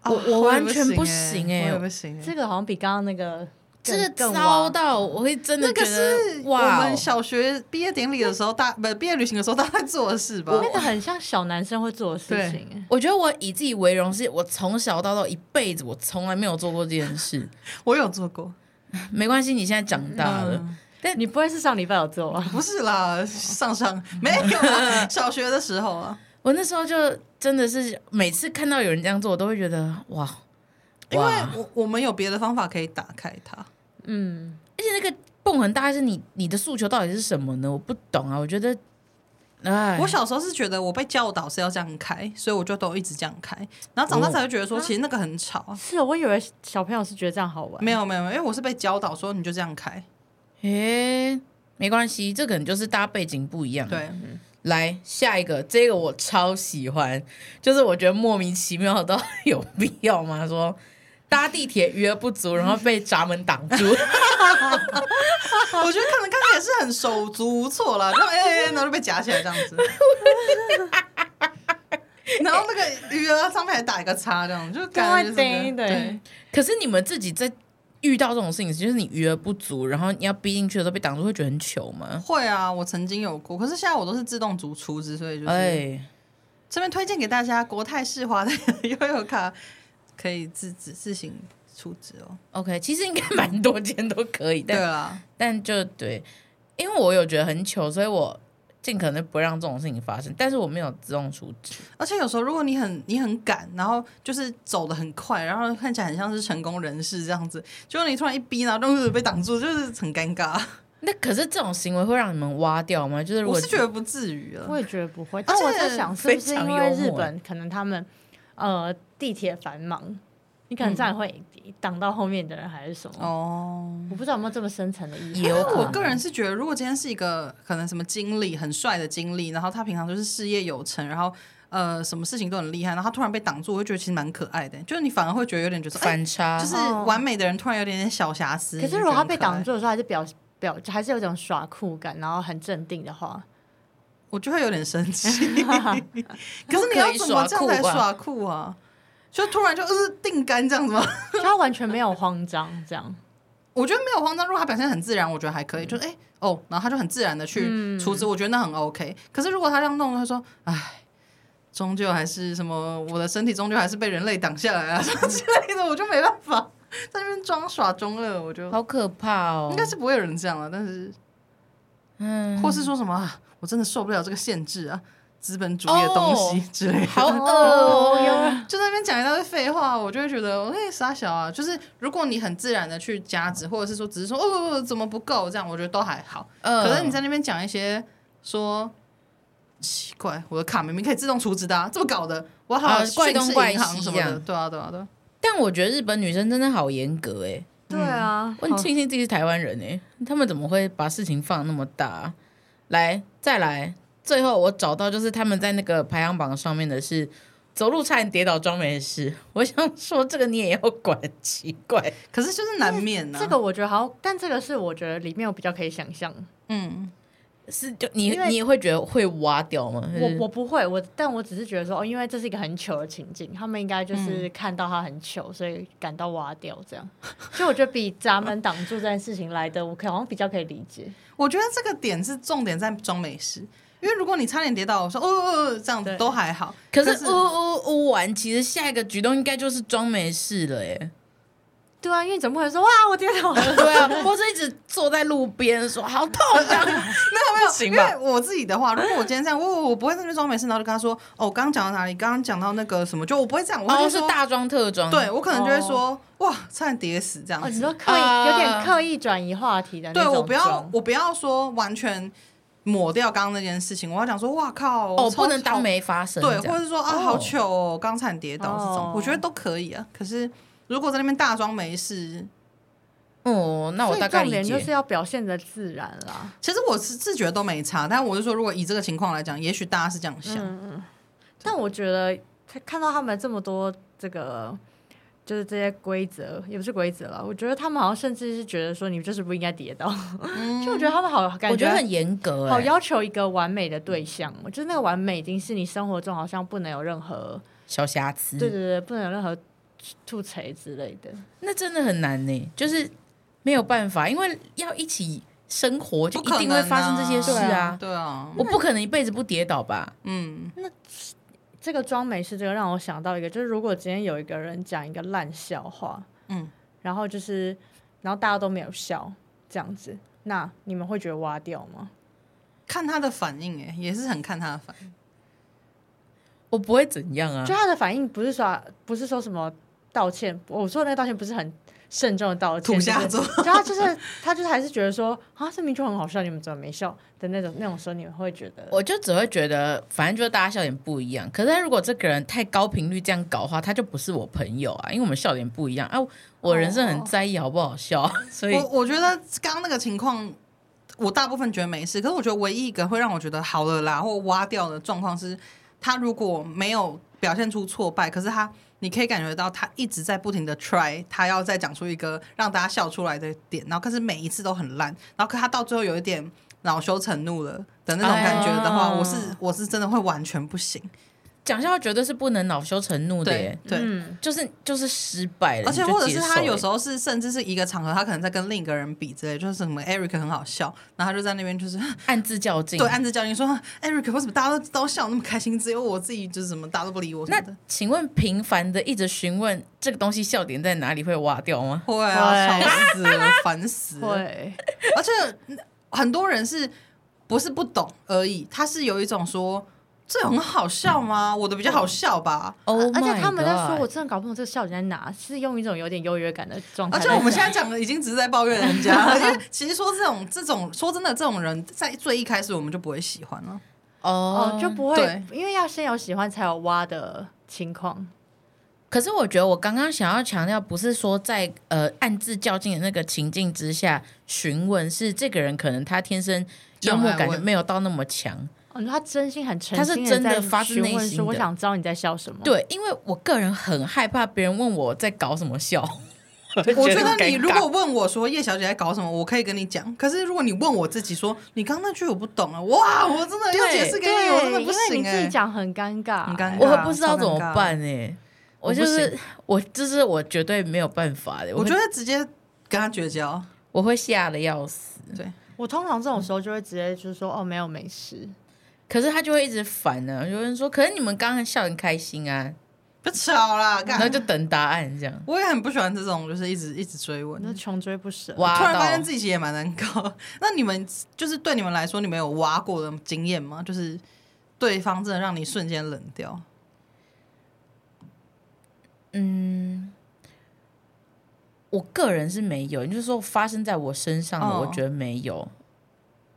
S2: 啊
S3: 我我
S2: 也
S3: 完全
S2: 不
S3: 不
S2: 行
S3: 行欸
S2: 我也不行欸
S4: 这个好像比刚刚那个更
S3: 这个
S4: 更
S3: 糟
S4: 挖
S3: 到我会真的
S2: 那
S3: 觉
S2: 个
S3: 得
S2: 是我
S3: 哇哦，
S2: 们小学毕业典礼的时候，大不毕业旅行的时候大家做的事吧？
S4: 那个很像小男生会做的事
S2: 对
S4: 情。
S3: 我觉得我以自己为荣，是我从小到大一辈子我从来没有做过这件事。
S2: 我有做过，
S3: 没关系，你现在长大了，
S2: 嗯
S4: 你不会是上礼拜有做吧？
S2: 不是啦，上上没有 啦，小学的时候啊，
S3: 我那时候就真的是每次看到有人这样做，我都会觉得哇，
S2: 因为
S3: 哇
S2: 我我们有别的方法可以打开它。
S4: 嗯，
S3: 而且那个蹦很大，还是你你的诉求到底是什么呢？我不懂啊，我觉得，哎，
S2: 我小时候是觉得我被教导是要这样开，所以我就都一直这样开，然后
S3: 哦
S2: 长大才会觉得说，其实那个很吵啊。
S4: 是哦我以为小朋友是觉得这样好玩，
S2: 没有没有，没有因为我是被教导说你就这样开，
S3: 诶、没关系，这可能就是大家背景不一样。，
S2: 对，
S3: 来下一个，这个我超喜欢，就是我觉得莫名其妙到有必要吗？说搭地铁余额不足，然后被闸门挡 住，
S2: 我觉得可能刚才也是很手足无措啦，然后哎哎，哎然后就被夹起来这样子。然后那个余额上面还打一个叉，这样就感觉就是
S4: 对对
S2: 对，
S3: 可是你们自己在遇到这种事情，就是你余额不足，然后你要逼进去的时候被挡住，会觉得很糗吗？
S2: 会啊，我曾经有过，可是现在我都是自动逐出之，所以就是、
S3: 哎，
S2: 这边推荐给大家国泰世华的 悠悠卡，可以自自自行出资哦。
S3: OK，其实应该蛮多间都可以，
S2: 对
S3: 但
S2: 啦，
S3: 但就对，因为我有觉得很糗，所以我尽可能不让这种事情发生，但是我没有自动处置。
S2: 而且有时候如果你很你很赶，然后就是走的很快，然后看起来很像是成功人士这样子，结果你突然一逼，然后就是被挡住，就是很尴尬。
S3: 那可是这种行为会让你们挖掉吗？就是如
S2: 我
S3: 果
S2: 是觉得不至于啊
S4: 我。也觉得不会。但我在想，是
S3: 非
S4: 不是
S3: 常
S4: 因为
S3: 幽默
S4: 日本可能他们呃地铁繁忙，你可能这样会挡到后面的人还是什么？
S2: 哦，
S4: 我不知道有没有这么深层的意义。
S3: 也有可能
S2: 我个人是觉得，如果今天是一个可能什么经理很帅的经理，然后他平常就是事业有成，然后呃什么事情都很厉害，然后他突然被挡住，我会觉得其实蛮可爱的，就是你反而会觉得有点觉得哎，
S3: 反差，
S2: 就是完美的人突然有点点小瑕疵。
S4: 可
S2: 你就是觉
S4: 如
S2: 得
S4: 果
S2: 很
S4: 他被
S2: 可爱
S4: 挡，住的时候，还是表表还是有一种耍酷感，然后很镇定的话，
S2: 我就会有点生气。可是你要怎么这样才耍酷啊？就突然就呃定杆这样子吗？
S4: 就他完全没有慌张，这样
S2: 我觉得没有慌张，如果他表现很自然，我觉得还可以。就是哎、哦，然后他就很自然的去处置，我觉得那很 OK。可是如果他这样弄，他说哎，终究还是什么，我的身体终究还是被人类挡下来啊什么之类的，我就没办法 在那边装耍中二，我就
S3: 好可怕哦。
S2: 应该是不会有人这样了。啊但是
S3: 嗯，
S2: 或是说什么、啊，我真的受不了这个限制啊，资本主义的东西之类的。
S3: 好恶
S4: 哦
S3: 哦。
S2: 就在那边讲一大堆废话，我就会觉得，哎、傻小啊！就是如果你很自然的去加值，或者是说只是说，哦，怎么不够这样，我觉得都还好。
S3: 呃
S2: 可是你在那边讲一些说，奇怪，我的卡明明可以自动储值的、啊，怎么搞的？我好
S3: 啊怪
S2: 训斥
S3: 东怪
S2: 银行
S3: 西
S2: 什
S3: 这
S2: 么的，
S3: 样
S2: 对啊，对啊，对啊。
S3: 但我觉得日本女生真的好严格哎，
S4: 对啊，
S3: 我很庆幸自己是台湾人哎，他们怎么会把事情放那么大啊？来，再来，最后我找到就是他们在那个排行榜上面的是。走路差点跌倒装没事，我想说这个你也要管，奇怪。
S2: 可是就是难免呢、啊，
S4: 这个我觉得好，但这个是我觉得里面我比较可以想象，
S2: 嗯，
S3: 是就你
S4: 因为
S3: 你也会觉得会挖掉吗？还
S4: 我
S3: 是
S4: 我不会，我但我只是觉得说，哦，因为这是一个很糗的情境，他们应该
S3: 嗯
S4: 就是看到他很糗，所以感到挖掉这样。 所以我觉得比闸门挡住这件事情来的，我可好像比较可以理解。
S2: 我觉得这个点是重点在装美食。因为如果你差点跌倒，我说哦哦哦这样子
S4: 对
S2: 都还好，
S3: 可是呜呜呜完，其实下一个举动应该就是装没事了耶。
S4: 对啊，因为怎么可能说哇，我跌倒了？
S3: 对啊，或是一直坐在路边说好痛 这样，没有行
S2: 因为？我自己的话，如果我今天这样，我我我不会在那边装没事，然后就跟他说，哦，我刚刚讲到哪里？刚刚讲到那个什么，就我不会这样，我
S3: 然
S2: 会就
S3: 后
S2: 是说，
S3: 哦大哦装特装，
S2: 对我可能就会说，哇，差点跌死这样
S4: 哦，你
S2: 子。
S4: 说刻意、
S3: 啊
S4: 有点刻意转移话题的那
S2: 对
S4: 种
S2: 我不要
S4: 装，
S2: 我不要说完全抹掉刚刚那件事情，我要讲说，哇靠，
S3: 哦，
S2: 我超
S3: 不能当没发生，
S2: 对，
S3: 这
S2: 或
S3: 样
S2: 者是说啊，
S3: 哦
S2: 好糗哦，刚差点跌倒这种
S4: 哦，
S2: 我觉得都可以啊。可是如果在那边大装没事，
S3: 哦，那我
S4: 所
S3: 大
S4: 以
S3: 概
S4: 重
S3: 理
S4: 点就
S3: 解
S4: 是。要表现的自然啦。
S2: 其实我是自觉都没差，但我是说，如果以这个情况来讲，也许大家是这样想，
S4: 但我觉得他看到他们这么多这个，就是这些规则，也不是规则了。我觉得他们好像甚至是觉得说，你就是不应该跌倒。就我觉得他们好，
S3: 嗯我
S4: 感
S3: 觉得很严格、欸，
S4: 好要求一个完美的对象哦，我觉得那个完美已经是你生活中好像不能有任何，
S3: 小瑕
S2: 嗯
S3: 疵，
S4: 对对对，不能有任何吐槽之类的。
S3: 那真的很难呢、就是没有办法，因为要一起生活，就
S2: 不
S3: 一
S2: 可
S3: 定
S2: 能
S3: 会
S2: 啊
S3: 发生这些事
S4: 对啊
S3: 啊。
S2: 对啊，
S3: 我不可能一辈子不跌倒吧？
S2: 嗯，
S4: 这个装没事，这个让我想到一个，就是如果今天有一个人讲一个烂笑话，
S2: 嗯，
S4: 然后就是，然后大家都没有笑，这样子，那你们会觉得挖掉吗？
S2: 看他的反应，哎，也是很看他的反应。
S3: 我不会怎样
S2: 嗯
S3: 啊
S4: 就。他的反应不是说不是说什么道歉，我说的那个道歉不是很慎重的道歉，
S2: 土下座，
S4: 就是，就他就是他就是还是觉得说啊，这明明就很好笑，你们怎么没笑的那种那种时候，你们会觉得
S3: 我就只会觉得，反正就是大家笑点不一样。可是如果这个人太高频率这样搞的话，他就不是我朋友啊，因为我们笑点不一样啊。我我人生
S4: 哦
S3: 很在意好不好笑， 所以
S2: 我我觉得刚刚那个情况，我大部分觉得没事，可是我觉得唯一一个会让我觉得好了啦或挖掉的状况是，他如果没有表现出挫败，可是他你可以感觉到他一直在不停的 try，他要再讲出一个让大家笑出来的点，然后可是每一次都很烂，然后可他到最后有一点恼羞成怒了的那种感觉的话，
S3: 哎呀
S2: 我是我是真的会完全不行，
S3: 讲笑话绝对是不能恼羞成怒的耶
S2: 对，对。
S4: 嗯，
S3: 就是就是失败了。
S2: 而且
S3: 你就
S2: 或者是
S3: 接受
S2: 他
S3: 耶
S2: 有时候是甚至是一个场合，他可能在跟另一个人比之类，就是什么 Eric 很好笑，然后他就在那边就是
S3: 暗自较劲，
S2: 对，暗自教练说，Eric 哎为什么大家都都笑那么开心，只有我自己就是什么大家都不理我什
S3: 那
S2: 么的？
S3: 请问频繁的一直询问这个东西笑点在哪里会挖掉吗？
S2: 会啊，
S4: 会
S2: 笑死了，烦死了。
S4: 会
S2: 而且嗯很多人是不是不懂而已，他是有一种说这很好笑吗？我的比较好笑吧。
S3: 哦、
S4: 而且他们在说，我真的搞不懂这个笑点在哪，是用一种有点优越感的状态
S2: 而
S4: 在
S2: 且
S4: 讲。
S2: 我们
S3: 嗯
S2: 现在讲的已经只是在抱怨人家 了，因为其实说这种这种说真的这种人，在最一开始我们就不会喜欢了。
S3: 哦
S4: 哦，就不会
S2: 对，
S4: 因为要先有喜欢才有挖的情况。
S3: 可是我觉得我刚刚想要强调，不是说在呃暗自较劲的那个情境之下询问，是这个人可能他天生幽默感
S2: 就爱
S3: 觉
S2: 问
S3: 没有到那么强。
S4: 哦，你说他真心很诚
S3: 他是
S4: 心，
S3: 真的发自内
S4: 询问
S3: 心
S4: 说，
S3: 的
S4: 我想知道你在笑什么。，
S3: 对，因为我个人很害怕别人问我在搞什么笑。
S2: 我觉
S3: 很
S2: 得你
S3: 尴
S2: 如
S3: 尬
S2: 果问我说叶小姐在搞什么，我可以跟你讲。可是如果你问我自己说你刚那句我不懂啊，哇，我真的要解释给你，我真的
S4: 对，因
S2: 不
S4: 为你
S2: 行
S4: 自
S2: 哎、
S4: 己讲很尴尬，欸
S2: 很尴尬
S3: 我会不知道怎么
S2: 超尴尬
S3: 办哎、我
S2: 我不
S3: 就是我，就是我绝对没有办法的。
S2: 我
S3: 会
S2: 觉得直接跟他绝交，
S3: 我会吓得要死。
S4: 我通常这种时候就会直接就是说，哦，没有没事。
S3: 可是他就会一直烦呢、有人说，可是你们刚刚笑得很开心啊，
S2: 不吵啦，
S3: 然后
S2: 干。
S3: 就等答案这样。
S2: 我也很不喜欢这种，就是一直一直追问
S4: 我。就穷追不舍。
S3: 挖
S2: 突然发
S3: 到
S2: 现自己也蛮难搞。 那你们就是对你们来说，你们有挖过的经验吗？就是对方真的让你瞬间冷掉，
S3: 嗯，我个人是没有，你就是说发生在我身上的，
S2: 哦
S3: 我觉得没有，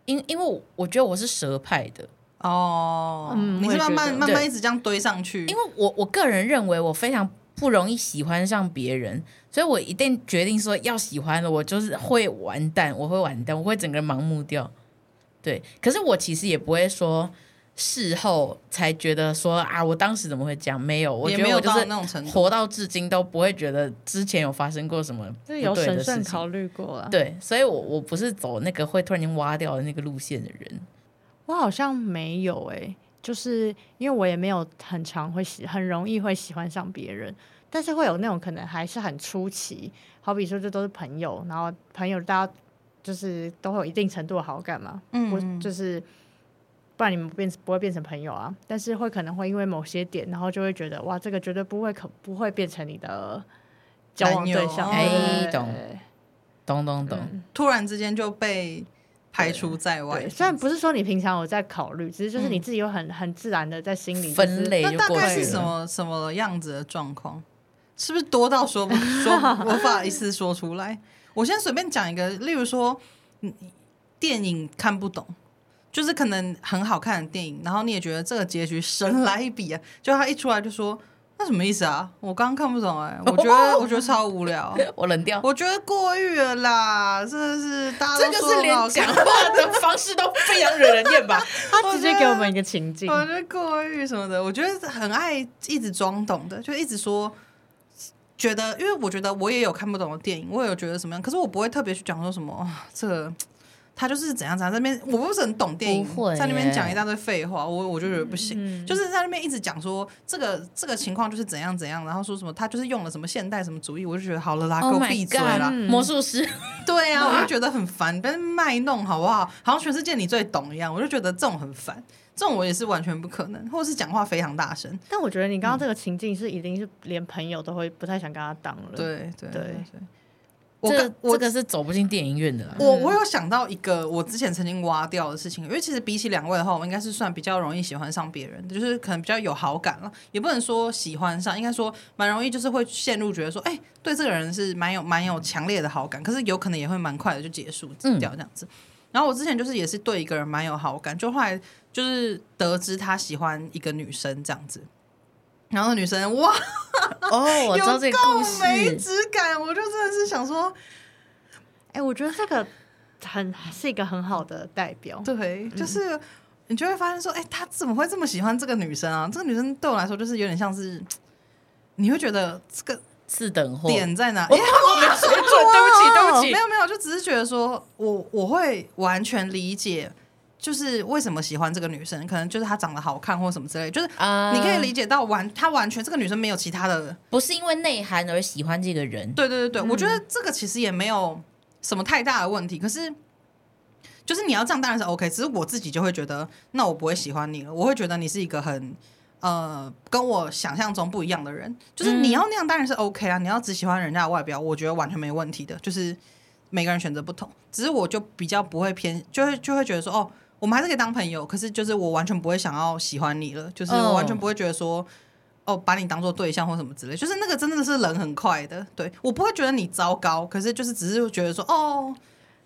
S3: 因因为我我觉得我是蛇派的，
S2: 哦，
S4: 嗯
S2: 你
S4: 我也
S2: 是
S4: 觉
S2: 慢
S4: 得
S2: 慢慢慢
S3: 对
S2: 一直这样堆上去，
S3: 因为我我个人认为我非常不容易喜欢上别人，所以我一定决定说要喜欢了，我就是会完蛋，我会完蛋，我会整个人盲目掉。对，可是我其实也不会说事后才觉得说啊，我当时怎么会这样？没有，我
S2: 也
S3: 觉
S2: 没
S3: 得
S2: 有
S3: 我就
S2: 到
S3: 是
S2: 那种程度。
S3: 活到至今都不会觉得之前有发生过什么
S4: 这有
S3: 不对的
S4: 审
S3: 事
S4: 慎
S3: 情
S4: 考。虑过了。
S3: 对，所以我我不是走那个会突然间挖掉的那个路线的人。
S4: 我好像没有诶、就是因为我也没有很常会喜，很容易会喜欢上别人，但是会有那种可能还是很出奇，好比说这都是朋友，然后朋友大家就是都会有一定程度的好感嘛，
S2: 嗯
S4: 不
S2: 嗯
S4: 就是不然你们变不会变成朋友啊，但是会可能会因为某些点，然后就会觉得哇，这个绝对不会可不会变成你的交往
S2: 男友
S4: 对象，
S2: 哎
S4: 哦对嗯
S3: 懂懂懂懂，
S2: 突然之间就被排除在外
S4: 对，。虽然不是说你平常有在考虑，只是就是你自己有很很自然的在心里、就是
S3: 分类
S2: 那
S3: 就
S2: 大
S3: 过
S2: 概
S3: 去
S2: 是什
S3: 了。
S2: 么什么样子的状况？是不是多到说不说不无法一次说出来？我先随便讲一个，例如说，嗯电影看不懂，就是可能很好看的电影，然后你也觉得这个结局神来一笔啊，就他一出来就说。那什么意思啊？我刚刚看不懂哎、我觉得我觉得超无聊，
S3: 我冷掉，
S2: 我觉得过誉了啦，真的是大家
S3: 这
S2: 都
S3: 个
S2: 说
S3: 是
S2: 很
S3: 连
S2: 好看
S3: 讲话的方式都非常惹人厌 吧？
S4: 他直接给我们一个情境，
S2: 我觉得哦过誉什么的，我觉得很爱一直装懂的，就一直说，觉得啊因为我觉得我也有看不懂的电影，我也有觉得什么样，可是我不会特别去讲说什么、哦、这个他就是怎样怎样，在那边我不是很懂电影
S3: 不会，
S2: 在那边
S3: 耶嗯
S2: 讲一大堆废话，我我就觉得不行，就是在那边一直讲说这个这个情况就是怎样怎样，然后说什么他就是用了什么现代什么主义，我就觉得好了啦，给
S3: Oh
S2: 我
S3: my
S2: 闭嘴啦
S3: god！，魔术师，
S2: 对啊，我就觉得很烦，别人卖弄好不好？好像全世界你最懂一样，我就觉得这种很烦，这种我也是完全不可能，或者是讲话非常大声，
S4: 但我觉得你刚刚这个情境是一定是连朋友都会不太想跟他当了。，
S2: 对对
S4: 对
S2: 我
S3: 这
S2: 跟我
S3: 这个是走不进电影院的啦。
S2: 我我有想到一个我之前曾经挖掉的事情，因为其实比起两位的话，我应该是算比较容易喜欢上别人的，就是可能比较有好感了，也不能说喜欢上，应该说蛮容易，就是会陷入觉得说，哎、对这个人是蛮有蛮有强烈的好感，可是有可能也会蛮快的就结束
S3: 嗯
S2: 掉这样子。然后我之前就是也是对一个人蛮有好感，就后来就是得知他喜欢一个女生这样子，然后那女生哇
S3: 哦，我知道这个故
S2: 有够没
S3: 事，
S2: 质感，我就真的是想说，
S4: 哎，我觉得这个很是一个很好的代
S3: 哦
S4: 表。
S2: 对，
S3: 嗯
S2: 就是你就会发现说，哎、他怎么会这么喜欢这个女生啊？这个女生对我来说就是有点像是，你会觉得这个
S3: 四等货。
S2: 点在哪？
S3: 我
S2: 哎
S3: 我没有水准，对不起，对
S2: 没
S3: 不起。
S2: 有没有，就只是觉得说我我会完全理解，就是为什么喜欢这个女生，可能就是她长得好看或什么之类，就是
S3: 啊
S2: 你可以理解到完，她完全这个女生没有其他的
S3: 不是因为内涵而喜欢这个人，
S2: 对对对对，我觉得这个其实也没有什么太大的问题，可是。就是你要这样当然是 OK，只是我自己就会觉得，那我不会喜欢你了，我会觉得你是一个很呃跟我想象中不一样的人。就是你要那样当然是 OK 啊，你要只喜欢人家的外表，我觉得完全没问题的。就是每个人选择不同，只是我就比较不会偏，就会就会觉得说，哦，我们还是可以当朋友，可是就是我完全不会想要喜欢你了，就是我完全不会觉得说。哦，把你当做对象或什么之类，就是那个真的是人很快的，对我不会觉得你糟糕，可是就是只是觉得说哦，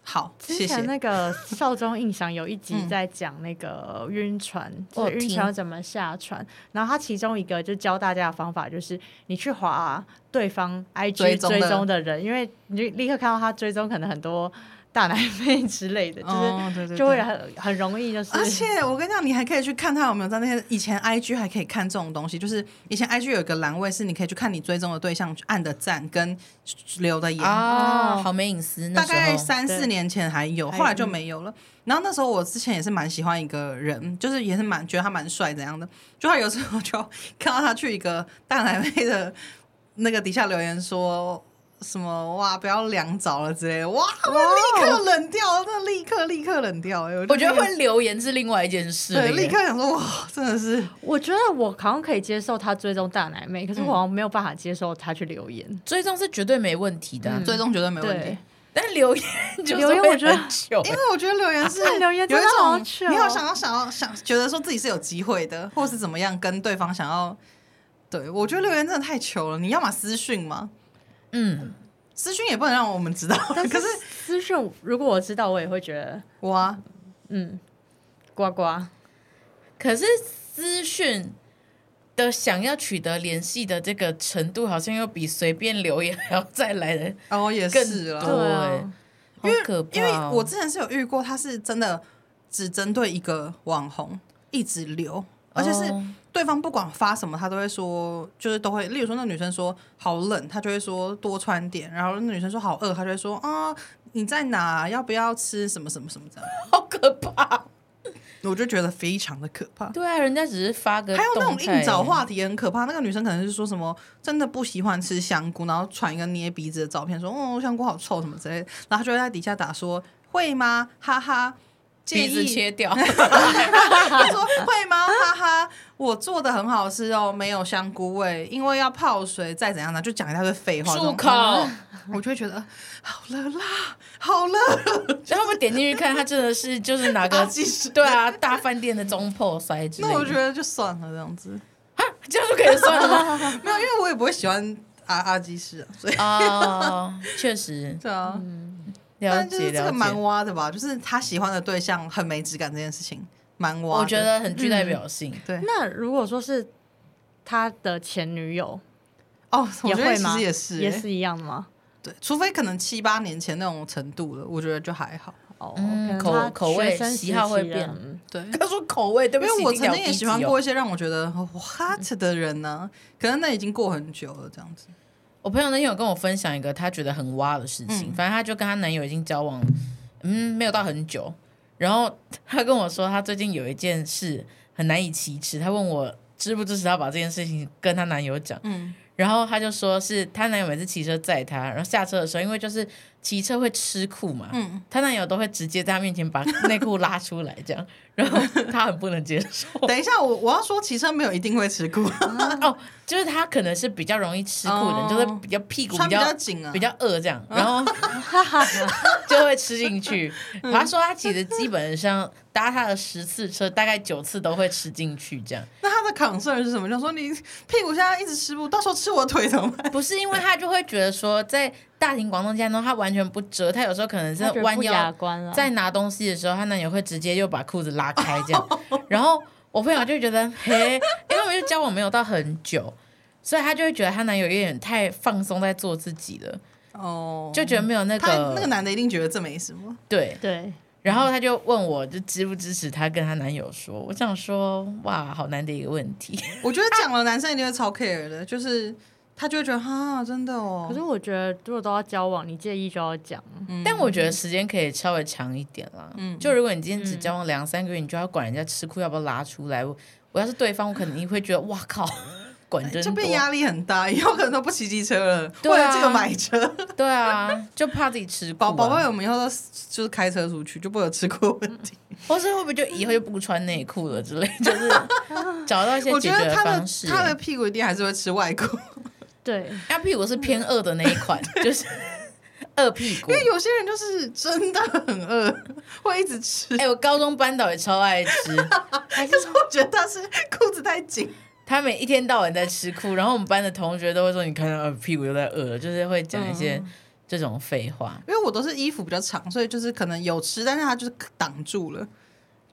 S2: 好，谢
S4: 之前
S2: 谢，
S4: 那个《少中印象》有一集
S2: 嗯
S4: 在讲那个晕船，
S3: 我
S4: 就
S3: 有
S4: 是晕
S3: 听
S4: 船要怎么下船。然后他其中一个就教大家的方法就是，你去划对方 IG
S2: 追
S4: 追
S2: 踪的
S4: 踪的人，因为你就立刻看到他追踪可能很多大奶妹之类的，就是
S2: 哦对对对
S4: 就会很很容易就是。
S2: 而且我跟你讲，你还可以去看他有没有在那些以前 IG 还可以看这种东西，就是以前 IG 有一个栏位是你可以去看你追踪的对象按的赞跟留的言，
S3: 啊，
S4: 哦
S3: 好没隐私。那
S2: 大
S3: 时
S2: 概
S3: 候
S2: 三四
S4: 对
S2: 年前还有，
S4: 还
S2: 后来就
S3: 嗯
S2: 没有了。然后那时候我之前也是蛮喜欢一个人， 就是也是蛮觉得他蛮帅怎样的，就他有时候就看到他去一个大奶妹的那个底下留言说。什么哇！不要凉着了之类的，哇！我立刻冷掉，真的立刻立刻冷掉、哎，
S3: 我觉得
S2: 会
S3: 会留言是另外一件事了
S2: 对，
S3: 耶。
S2: 立刻想说哇，真的是
S3: 嗯
S4: 我觉得我好像可以接受他追踪大奶妹，可是
S2: 嗯
S4: 我好像没有办法接受他去留言。
S3: 追踪是绝对没问题的啊，
S2: 最终绝对没问
S4: 对
S2: 题。，
S3: 但留言 就是
S4: 留言
S3: 会
S4: 我觉得
S3: 很糗
S2: 因为我觉得留言 是
S4: 啊留言
S2: 有
S4: 真
S2: 一
S4: 的好哦
S2: 种
S4: 糗
S2: 你好想要想要想觉得说自己是有机会的，或是怎么样跟对方想要。对我觉得留言真的太糗了，你要么私讯嘛，
S3: 嗯，
S2: 私讯也不能让我们知道。
S4: 但
S2: 哦可
S4: 是
S2: 是
S4: 私讯如果我知道，我也会觉得
S2: 我啊，
S4: 嗯，呱
S2: 哦
S4: 呱。
S3: 可是私讯的想要取得联系的这个程度，好像又比随便留言还要再来的
S2: 哦也
S3: 更
S2: 是
S3: 多
S2: 了，
S4: 对
S3: 哎
S4: 啊，
S3: 好可怕
S2: 因为
S3: 哦。
S2: 我之前是有遇过，他是真的只针对一个网红一直留，而且是
S3: 哦
S2: 对方不管发什么，他都会说，就是都会，例如说那女生说好冷，他就会说多穿点，然后那女生说好饿，他就会说啊你在哪？要不要吃什么什么什么这样？
S3: 好可怕。
S2: 我就觉得非常的可怕。
S3: 对啊，人家只是发个
S2: 还有那种
S3: 动态
S2: 硬找话题也很可怕，那个女生可能是说什么真的不喜欢吃香菇，然后传一个捏鼻子的照片说哦香菇好臭什么之类的，然后她就会在底下打说会吗？哈哈，建
S3: 鼻子
S2: 议
S3: 切 掉，
S2: 他说会吗？哈哈，我做的很好吃哦，没有香菇味，因为要泡水，再怎样呢，就讲一大堆废话。
S3: 漱
S2: 这种嗯
S3: 口。
S2: 我就会觉得呃好了啦，好了，
S3: 然后我们点进去看，他真的是就是哪
S2: 大
S3: 个
S2: 技师
S3: 对啊大饭店的中破塞之类
S2: 那
S3: 的，
S2: 我觉得就算了这样子，
S3: 啊这样就可以算了吗？
S2: 没有，因为我也不会喜欢阿阿基师啊，所以
S3: 哦，确实
S2: 对啊，
S3: 嗯了
S2: 但就
S3: 解
S2: 是这个
S3: 了
S2: 蛮
S3: 解，
S2: 挖的吧，就是他喜欢的对象很没质感这件事情，蛮挖的。
S3: 我觉得很具代表性。
S2: 对
S4: 那如果说是他的前女友，
S2: 哦，我
S4: 也
S2: 觉得
S4: 会
S2: 其
S4: 吗？
S2: 实也是、
S4: 也
S2: 欸
S4: 是一样的吗？
S2: 对，除非可能七八年前那种程度了，我觉得就还好。
S4: 哦，
S3: 嗯
S4: 可能
S3: 口
S4: 他
S3: 口
S4: 学
S3: 味
S4: 生时
S3: 喜好会
S4: 期啊
S3: 变
S4: 嗯
S2: 对，
S3: 他说口味，对
S2: 因
S3: 不
S2: 为
S3: 起，
S2: 我
S3: 一定
S2: 曾
S3: 要
S2: 经也
S3: 低
S2: 喜
S3: 级嗯
S2: 欢
S3: 哦
S2: 过一些让我觉得 what 的人呢、可能那已经过很久了，这样子。嗯
S3: 我朋友那天有跟我分享一个她觉得很哇的事情，反正她就跟她男友已经交往嗯，没有到很久。然后他跟我说，他最近有一件事很难以启齿，他问我支不支持他把这件事情跟她男友讲。
S2: 嗯，
S3: 然后她就说是她男友每次骑车载她，然后下车的时候，因为就是骑车会吃裤嘛，
S2: 嗯
S3: 她男友都会直接在她面前把内裤拉出来这样，然后她很不能接受。
S2: 等一下，我我要说骑车没有一定会吃苦，
S3: 哦，就是她可能是比较容易吃裤的人，
S2: 哦
S3: 就是比较屁股
S2: 穿
S3: 比
S2: 比
S3: 较
S2: 较紧啊，
S3: 比较饿这样，然后就会吃进去。嗯他说他其实基本上搭他的十次车，大概九次都会吃进去这样。
S2: 那他的 concern 是什么？就说你屁股现在一直吃不，到时候吃我腿怎 么办？
S3: 不是因为他就会觉得说，在大庭广众之下呢，他完全不遮，他有时候可 能是
S4: 他觉得
S3: 弯
S4: 不雅
S3: 腰
S4: 观了，
S3: 在拿东西的时候，他男友会直接又把裤子拉开这样。然后我朋友就觉得，嘿，因为我们就交往没有到很久。所以她就会觉得她男友有点太放松在做自己了，
S2: 哦，
S3: 就觉得没有那
S2: 他
S3: 个
S2: 那个男的一定觉得这没什么，
S3: 对，
S4: 对，
S3: 然后她就问我，就支不支持她跟她男友说？我想说，哇，好难的一个问题。
S2: 我觉得讲了男生一定会超 care 的，就是他就会觉得哈，真的哦。
S4: 可是我觉得如果都要交往，你介意就要讲，
S3: 但我觉得时间可以稍微长一点啦。嗯，就如果你今天只交往两三个月，你就要管人家吃裤要不要拉出来。我我要是对方，我肯定会觉得，哇 靠，管真
S2: 就
S3: 多。
S2: 变压力很大，以后可能都不骑机车了，
S3: 对啊
S2: 为了这个买 车。
S3: 对啊，就怕自己吃裤、
S2: 宝
S3: 啊。
S2: 宝贝，我们以后都就是开车出去，就不会有吃过问题。
S3: 或是会不会就以后就不穿内裤了 之类，就是找到一些
S2: 我
S3: 解
S2: 觉
S3: 决
S2: 得他的
S3: 方式。
S2: 他的屁股一定还是会吃 外裤，
S4: 对，
S3: 他屁股是偏饿的那一款， 就是饿屁股。
S2: 因为有些人就是真的很饿， 会一直吃。
S3: 哎、我高中班导也超爱吃。
S4: 还是
S2: 可是我觉得他是裤子太紧，
S3: 他每一天到晚在吃苦，然后我们班的同学都会说：“你看他屁股又在饿了。”就是会讲一些这种废话。
S2: 因为我都是衣服比较长，所以就是可能有吃，但是他就是挡住了。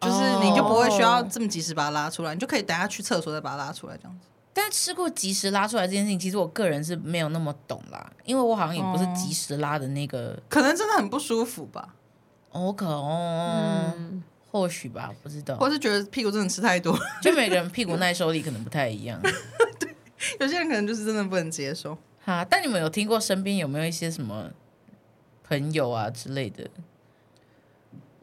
S2: 就是
S3: 哦
S2: 你就不会需要这么及时把它拉出来，你就可以等下去厕所再把它拉出来，这样子。
S3: 但吃过及时拉出来这件事情，其实我个人是没有那么懂啦，因为我好像也不是及时拉的那个。
S2: 可能真的很不舒服吧，
S3: 哦我可哦，
S4: 嗯，
S3: 或许吧，不知道
S2: 或。是觉得屁股真的吃太多，
S3: 就每个人屁股耐受力可能不太一样
S2: 有些人可能就是真的不能接受。
S3: 哈。但你们有听过身边有没有一些什么朋友啊之类的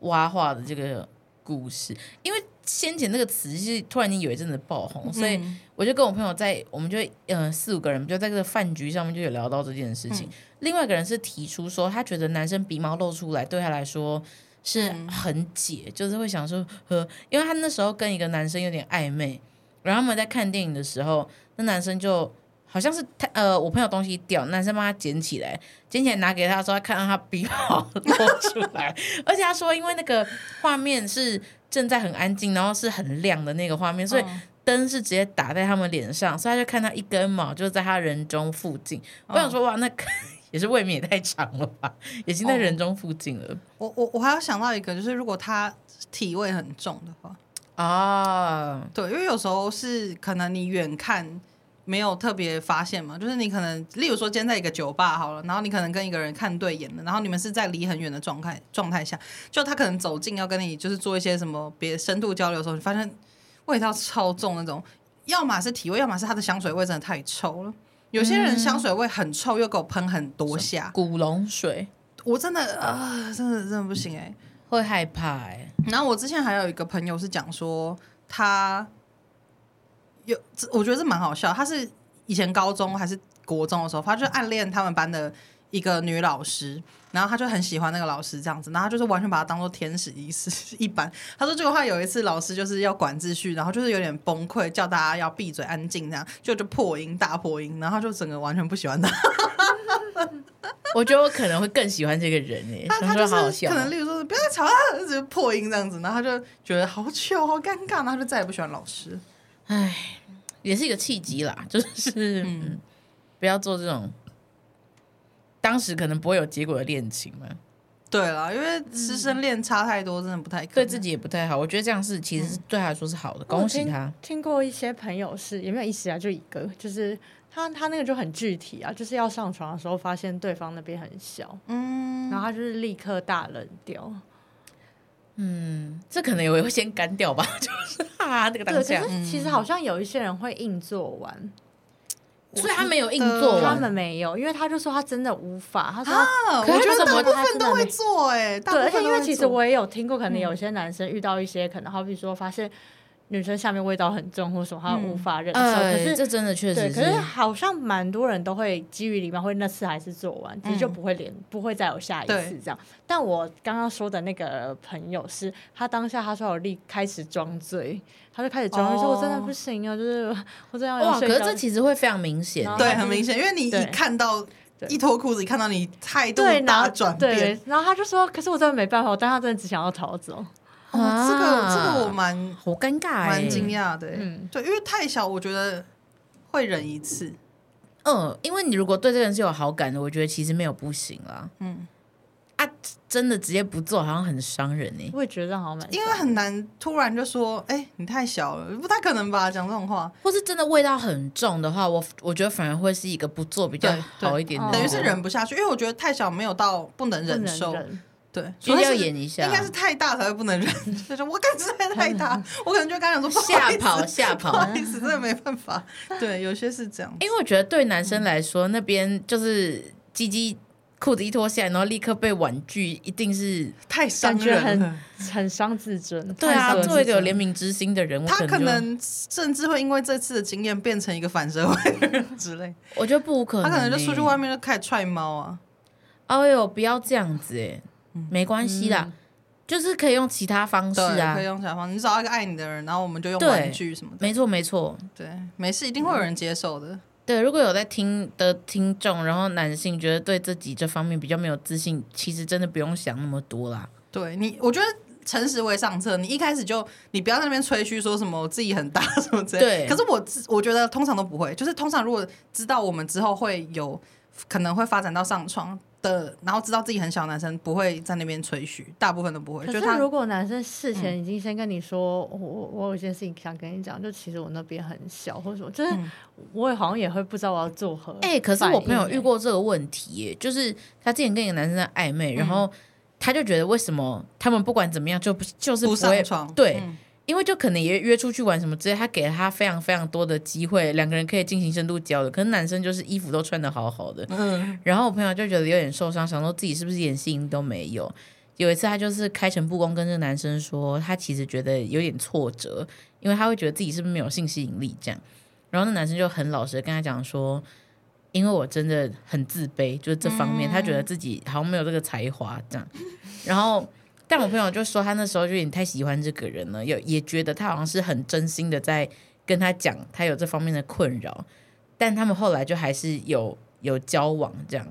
S3: 挖话的这个故事？因为先前那个词是突然间有一阵子爆红，所以
S2: 嗯
S3: 我就跟我朋友在，我们就嗯四五个人就在这个饭局上面就有聊到这件事情。另外一个人是提出说，他觉得男生鼻毛露出来对他来说是很解，就是会想说，呵，因为他那时候跟一个男生有点暧昧，然后他们在看电影的时候，那男生就。好像是他呃，我朋友东西掉，男生帮他捡起来，捡起来拿给他的时候，他看到他鼻毛露出来，而且他说，因为那个画面是正在很安静，然后是很亮的那个画面，所以
S2: 嗯
S3: 灯是直接打在他们脸上，所以他就看到一根毛就在他人中附近。
S2: 哦
S3: 我想说，哇，那可 也是未免也太长了吧，已经在人中附近了
S2: 我我我还要想到一个，就是如果他体味很重的话，
S3: 啊。
S2: 对，因为有时候是可能你远看没有特别发现嘛，就是你可能，例如说今天在一个酒吧好了，然后你可能跟一个人看对眼了，然后你们是在离很远的状态状态下，就他可能走近要跟你就是做一些什么别深度交流的时候，你发现味道超重那种，要么是体味，要么是他的香水味真的太臭了。有些人香水味很臭，又给我喷很多下，
S3: 古龙水
S2: 我真的啊、真的真的不行哎、
S3: 会害怕哎、
S2: 然后我之前还有一个朋友是讲说，他有，这我觉得这蛮好笑。他是以前高中还是国中的时候，他就暗恋他们班的一个女老师，然后他就很喜欢那个老师这样子，然后他就是完全把她当做天使一是 一般。他说这个话有一次老师就是要管秩序，然后就是有点崩溃，叫大家要闭嘴安静这样，就就破音大破音，然后他就整个完全不喜欢他。
S3: 我觉得我可能会更喜欢这个人哎、
S2: 他
S3: 想
S2: 他
S3: 说
S2: 就
S3: 好好
S2: 是
S3: 笑
S2: 可。能，例如说不要再吵了，就是破音这样子，然后他就觉得好糗、好尴尬，然后他就再也不喜欢老师。
S3: 唉，也是一个契机啦， 就是嗯，不要做这种当时可能不会有结果的恋情嘛，
S2: 对啦，因为师生恋差太多，真的不太可能。
S3: 对自己也不太好。我觉得这样是其
S2: 嗯
S3: 实是对他来说是好的，恭喜他。
S4: 听过一些朋友是也没有一起啊，就一个，就是他他那个就很具体啊，就是要上床的时候发现对方那边很小，
S2: 嗯，
S4: 然后他就是立刻大冷掉。
S3: 这可能也会先干掉吧，就是啊，那
S4: 对，
S3: 个
S2: 嗯
S3: 当
S4: 可
S3: 下。
S4: 是其实好像有一些人会硬做完，
S3: 所以他没有硬做
S4: 他
S3: 完
S4: 们没有，因为他就说他真的无法，他说他
S2: 啊，
S3: 可
S2: 我
S3: 是
S2: 觉得
S3: 怎
S2: 大
S3: 么
S2: 部
S4: 他真
S2: 分
S4: 的
S2: 都会
S4: 没
S2: 做哎，大
S4: 对，而
S2: 部
S4: 且
S2: 分
S4: 因
S2: 都
S4: 为
S2: 会
S4: 其实
S2: 做嗯
S4: 我也有听过，可能有些男生遇到一些，可能好比说发现女生下面味道很重或什么，他
S2: 嗯
S4: 无法忍受，可
S3: 呃，
S4: 是。
S3: 这真的确
S4: 对，
S3: 实
S4: 可是好像蛮多人都会基于礼貌，会那次还是做完，只是就
S2: 嗯
S4: 不会连、不会再有下一
S2: 对
S4: 次这样。但我刚刚说的那个朋友是，他当下他说有立开始装醉，他就开始装醉，说我真的
S2: 哦
S4: 不行啊，就是我真的要
S3: 哇，可
S4: 睡
S3: 是
S4: 觉
S3: 这其实会非常明显
S4: 然，后
S2: 对
S4: 他
S2: 很
S4: 就是
S2: 明显，因为你
S4: 对
S2: 一看到
S4: 对
S2: 一脱裤子，一看到你态度
S4: 对，然
S2: 大
S4: 后
S2: 转变
S4: 对，，然后他就说，可是我真的没办法，我当下真的只想要逃走。
S2: 哦，这个这个我
S3: 啊
S2: 蛮
S3: 好尴尬哎、
S2: 蛮惊讶的欸，
S4: 嗯
S2: 对，因为太小，我觉得会忍一次，
S3: 嗯，因为你如果对这个人是有好感的，我觉得其实没有不行啦。
S2: 嗯，
S3: 啊，真的直接不做好像很伤人哎、
S4: 我也觉得这样好像蛮
S2: 因为
S4: 伤
S2: 很难突然就说，哎，你太小了，不太可能吧，讲这种话，
S3: 或是真的味道很重的话，我我觉得反而会是一个不做比较
S2: 对对
S3: 好一点的
S4: 哦
S3: 人，
S2: 等于是忍不下去，因为我觉得太小没有到不能
S4: 不
S2: 忍
S4: 能
S2: 受，
S4: 忍
S2: 对，
S3: 一
S2: 所以
S3: 定要
S2: 是
S3: 演一下，
S2: 应该是太大才会不能忍，就是我感觉太太大，我可能就跟他讲说不好
S3: 吓
S2: 意思
S3: 跑吓跑
S2: 不。好意思，真的没办 法。对，有些是这样。
S3: 因为我觉得对男生来说，那边就是鸡鸡裤子一脱下来，然后立刻被婉拒，一定是
S2: 太伤
S4: 感觉
S2: 人了。
S4: 很很伤自尊。
S3: 对
S4: 太，
S3: 啊
S4: 伤
S3: 作为一
S4: 自
S3: 个有
S4: 尊
S3: 怜悯之心的人，我
S2: 他可
S3: 就
S2: 能甚至会因为这次的经验变成一个反社会的人之类，
S3: 我觉得不 可
S2: 他
S3: 能欸、
S2: 可能就出去外面就开始踹猫啊。
S3: 哎呦，不要这样子哎、没关系
S4: 嗯
S3: 啦，就是可以用其他方式
S2: 嗯对，
S3: 啊
S2: 可以。用小方，你找一个爱你的人，然后我们就用
S3: 对
S2: 玩具什么的。
S3: 没错，没错，
S2: 对，没事，一定会有人接受的。
S3: 对。如果有在听的听众，然后男性觉得对自己这方面比较没有自信，其实真的不用想那么多啦。
S2: 对你，我觉得。诚实为上策，你一开始就你不要在那边吹嘘说什么我自己很大什么之类。
S3: 对
S2: 可是我自我觉得通常都不会，就是通常如果知道我们之后会有可能会发展到上床的，然后知道自己很小的男生不会在那边吹嘘，大部分都不会。
S4: 可
S2: 就他
S4: 是如果男生事
S3: 嗯
S4: 前已经先跟你说，我我我有一件事情想跟你讲，就其实我那边很小，或者什么，就是
S2: 嗯
S4: 我也好像也会不知道我要做何。欸
S3: 哎、可是我朋
S2: 欸
S3: 友遇，
S4: 哦
S3: 过这个问题耶、就是他之前跟一个男生在暧
S2: 嗯
S3: 昧，然后他就觉得为什么他们不管怎么样就不就是
S2: 不
S3: 不
S2: 上
S3: 会
S2: 床，
S3: 对
S2: 嗯
S3: 因为就可能也约出去玩什么之类，他给了他非常非常多的机会，两个人可以进行深度交流。可是男生就是衣服都穿的好好的，
S2: 嗯，
S3: 然后我朋友就觉得有点受伤，想说自己是不是一点吸引都没有。有一次，他就是开诚布公跟这个男生说，他其实觉得有点挫折，因为他会觉得自己是不是没有性吸引力这样。然后那男生就很老实的跟他讲说，因为我真的很自卑，就是这方面，他觉得自己好像没有这个才华这样。然后，但我朋友就说他那时候就有点太喜欢这个人了，有也觉得他好像是很真心的在跟他讲他有这方面的困扰，但他们后来就还是有有交往这样。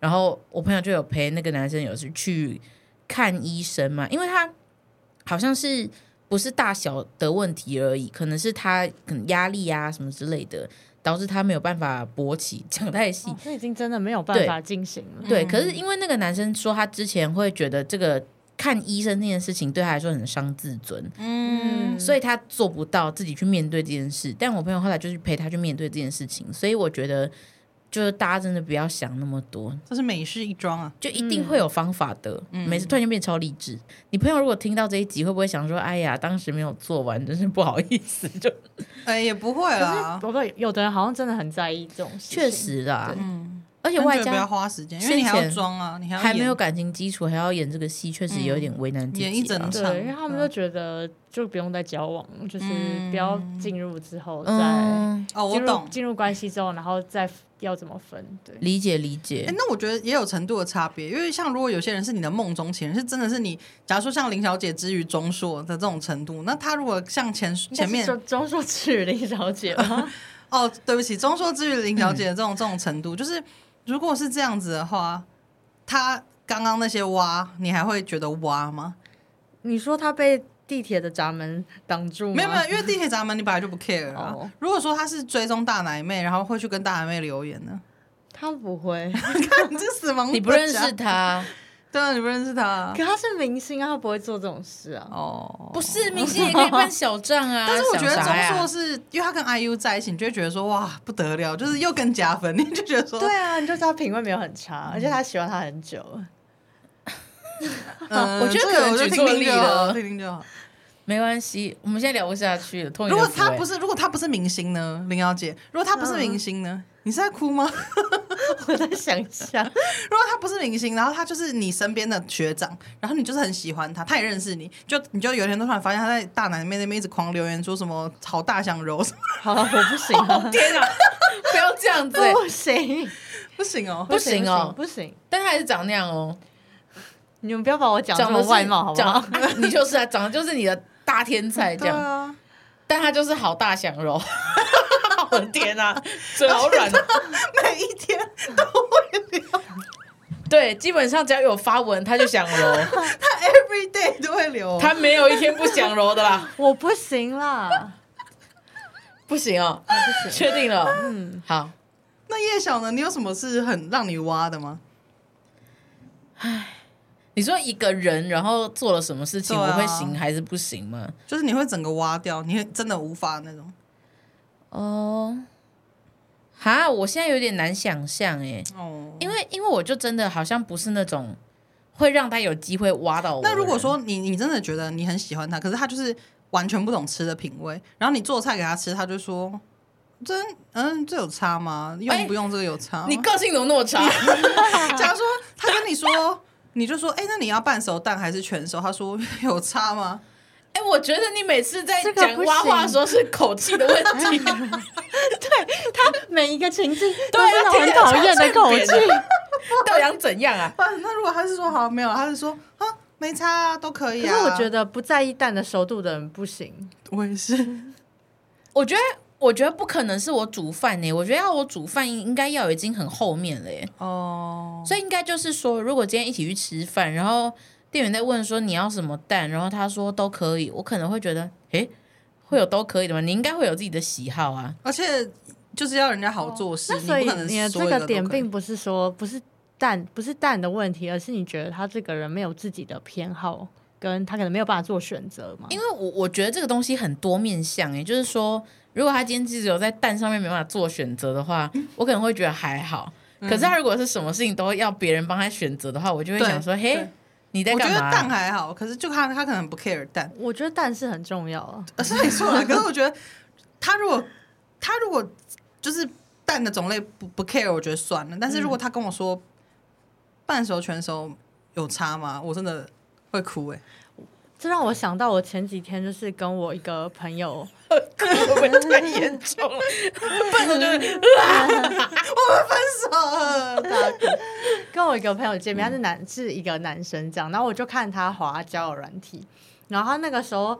S3: 然后我朋友就有陪那个男生有去去看医生嘛，因为他好像是不是大小的问题而已，可能是他可能压力啊什么之类的，导致他没有办法勃起，讲太细。
S4: 哦这已经真的没有办
S3: 对
S4: 法进行
S2: 嗯
S4: 了。
S3: 对，可是因为那个男生说他之前会觉得这个看医生这件事情对他来说很伤自尊，
S2: 嗯，
S3: 所以他做不到自己去面对这件事。但我朋友后来就是陪他去面对这件事情，所以我觉得就是大家真的不要想那么多，
S2: 这是美式一桩啊。
S3: 就一定会有方法的。每次突然间变超励志，你朋友如果听到这一集，会不会想说：“哎呀，当时没有做完，真是不好意思。”就
S2: 哎、也不会
S4: 可是
S2: 啦
S4: 我，不知道，有的人好像真的很在意这种事情。
S3: 啊确，实啦，
S2: 嗯，
S3: 而且
S2: 但
S3: 外
S2: 觉得不要
S3: 加
S2: 花时间，因为你还
S3: 先
S2: 要
S3: 前
S2: 装啊，你还要
S3: 还没
S2: 演
S3: 有感情基础，还要演这个戏，确实有一点为难自己、啊
S2: 演一整场
S4: 对，因为他
S3: 嗯
S4: 们就觉得就不用再交往，就是不要进入之后再。
S3: 嗯，
S2: 哦，我
S4: 进入
S2: 懂。
S4: 进入关系之后，然后再要怎么分？对，
S3: 理解理
S2: 哎、
S3: 解。
S2: 那我觉得也有程度的差别，因为像如果有些人是你的梦中情人，是真的是你，假如说像林小姐之于钟硕的这种程度，那他如果像前前面
S4: 说装作去林小姐吗？
S2: 哦，对不起，钟硕之于林
S3: 嗯
S2: 小姐的这种、这种程度，就是如果是这样子的话，他刚刚那些挖，你还会觉得挖吗？
S4: 你说她被地铁的闸门挡住吗？
S2: 没有
S3: 嗯
S2: 没有，因为地铁闸门你本来就不 care 啊。
S4: 哦
S2: 如果说他是追踪大奶妹，然后会去跟大奶妹留言呢？
S4: 她不 会，
S2: 看你这死盲，
S3: 你不认识，他，
S2: 对啊，你不认识他啊、
S4: 可她是明星啊，她不会做这种事啊。
S2: 哦，
S3: 不是明星也可以办小账啊。
S2: 但是我觉得
S3: 想啥呀
S2: 钟硕是因为他跟 IU 在一起，你就会觉得说哇不得了，就是又更加分， 你就觉得说
S4: 对，啊，你就知道品味没有很差，而且她喜欢他很久了。
S2: 嗯
S3: 我觉
S2: 这
S3: 得可
S2: 嗯个
S3: 能
S2: 我就
S3: 举
S2: 听
S3: 错
S2: 听
S3: 例
S2: 就好
S3: 了
S2: 听听就好。
S3: 没关系，我们现在聊不下去了。托你
S2: 如果
S3: 的福
S2: 他
S3: 欸
S2: 不是，如果他不是明星呢，林瑶姐，如果他不是明星
S3: 嗯
S2: 呢，你是在哭吗？
S4: 我在想一下，
S2: 如果他不是明星，然后他就是你身边的学长，然后你就是很喜欢他，他也认识你，就你就有一天突然发现他在大奶妹那边一直狂留言说什么好大想揉，
S4: 好了， 我不行了，
S3: 天啊，不要 这样子欸、
S4: 不行，
S2: 不行哦，
S3: 不行哦
S4: 不行，
S3: 但他还是长那样哦，
S4: 你们不要把我讲
S3: 长
S4: 成
S3: 得是
S4: 外貌，好不好？
S3: 长你就是啊，长得就是你的大天才这
S2: 对
S3: 样，
S2: 啊，
S3: 但他就是好大享肉。我的天啊，嘴好软。啊
S2: 每一天
S3: 对，基本上只要有发文，他就想揉，
S2: 他 every day 都会留，
S3: 他没有一天不想揉的啦。
S4: 我不行啦，
S3: 不行哦，
S4: 不行，
S3: 确定了。嗯，好，
S2: 那叶晓呢？你有什么是很让你挖的吗？
S3: 你说一个人然后做了什么事情，
S2: 对啊
S3: 我会行还是不行吗？
S2: 就是你会整个挖掉，你会真的无法那种。
S3: 哦，哈，我现在有点难想象哎，
S2: 哦，
S3: 因为因为我就真的好像不是那种会让他有机会挖到我的
S2: 那
S3: 人。
S2: 如果说你你真的觉得你很喜欢他，可是他就是完全不懂吃的品味，然后你做菜给他吃，他就说。真嗯，这有差吗？
S4: 哎
S2: 用不用这个有差吗？
S3: 你个性怎么那么差？
S2: 假如说他跟你说，你就说，哎、那你要半熟蛋还是全熟？他说 有差吗？
S3: 哎、我觉得你每次在
S4: 这个
S3: 讲
S4: 不
S3: 挖话
S4: 行
S3: 的时候是口气的问题，
S4: 每一个情境都
S3: 对
S4: 是那
S3: 啊
S4: 种很讨厌的口
S3: 听起来超欠扁
S4: 气。
S3: 到底想怎样啊？
S2: 不然，那如果他是说好没有，他是说啊没差、啊、都可以
S4: 可
S2: 啊。
S4: 是我觉得不在意蛋的熟度的人不行，
S2: 我也是，
S3: 我觉得，我觉得不可能是我煮饭呢、我觉得要我煮饭应应该要已经很后面了耶、
S2: 哦，
S3: 所以应该就是说，如果今天一起去吃饭，然后店员在问说你要什么蛋，然后他说都可以，我可能会觉得，诶、会有都可以的吗？你应该会有自己的喜好啊。
S2: 而且就是要人家好做事，
S4: 哦那所
S2: 你
S4: 以
S2: 不可能
S4: 你的
S2: 所
S4: 这
S2: 有的
S4: 个
S2: 都
S4: 点
S2: 可以
S4: 并不是说不是蛋不是蛋的问题，而是你觉得他这个人没有自己的偏好，跟他可能没有办法做选择嘛。
S3: 因为我我觉得这个东西很多面向、也就是说，如果他今天只有在蛋上面没办法做选择的话，我可能会觉得还好。可是他如果是什么事情都要别人帮他选择的话，我就会
S2: 嗯对
S3: 想说，嘿
S2: 对，
S3: 你在
S2: 我觉
S3: 干
S2: 得
S3: 嘛、
S2: 蛋还好，可是就他他可能不 care 蛋，
S4: 我觉得蛋是很重要啊，
S2: 呃是你说的，可是我觉得他如果他如果就是蛋的种类不不 care，我觉得算了。但是如果他跟我说、半熟全熟有差吗？我真的会哭哎、
S4: 这让我想到我前几天就是跟我一个朋 友，
S3: 我们太严重了，笨的就是
S4: 嗯
S2: 分手了，大哭
S4: 跟我一个朋友见面，他是男是一个男生这样，然后我就看他滑交友软体，然后他那个时候。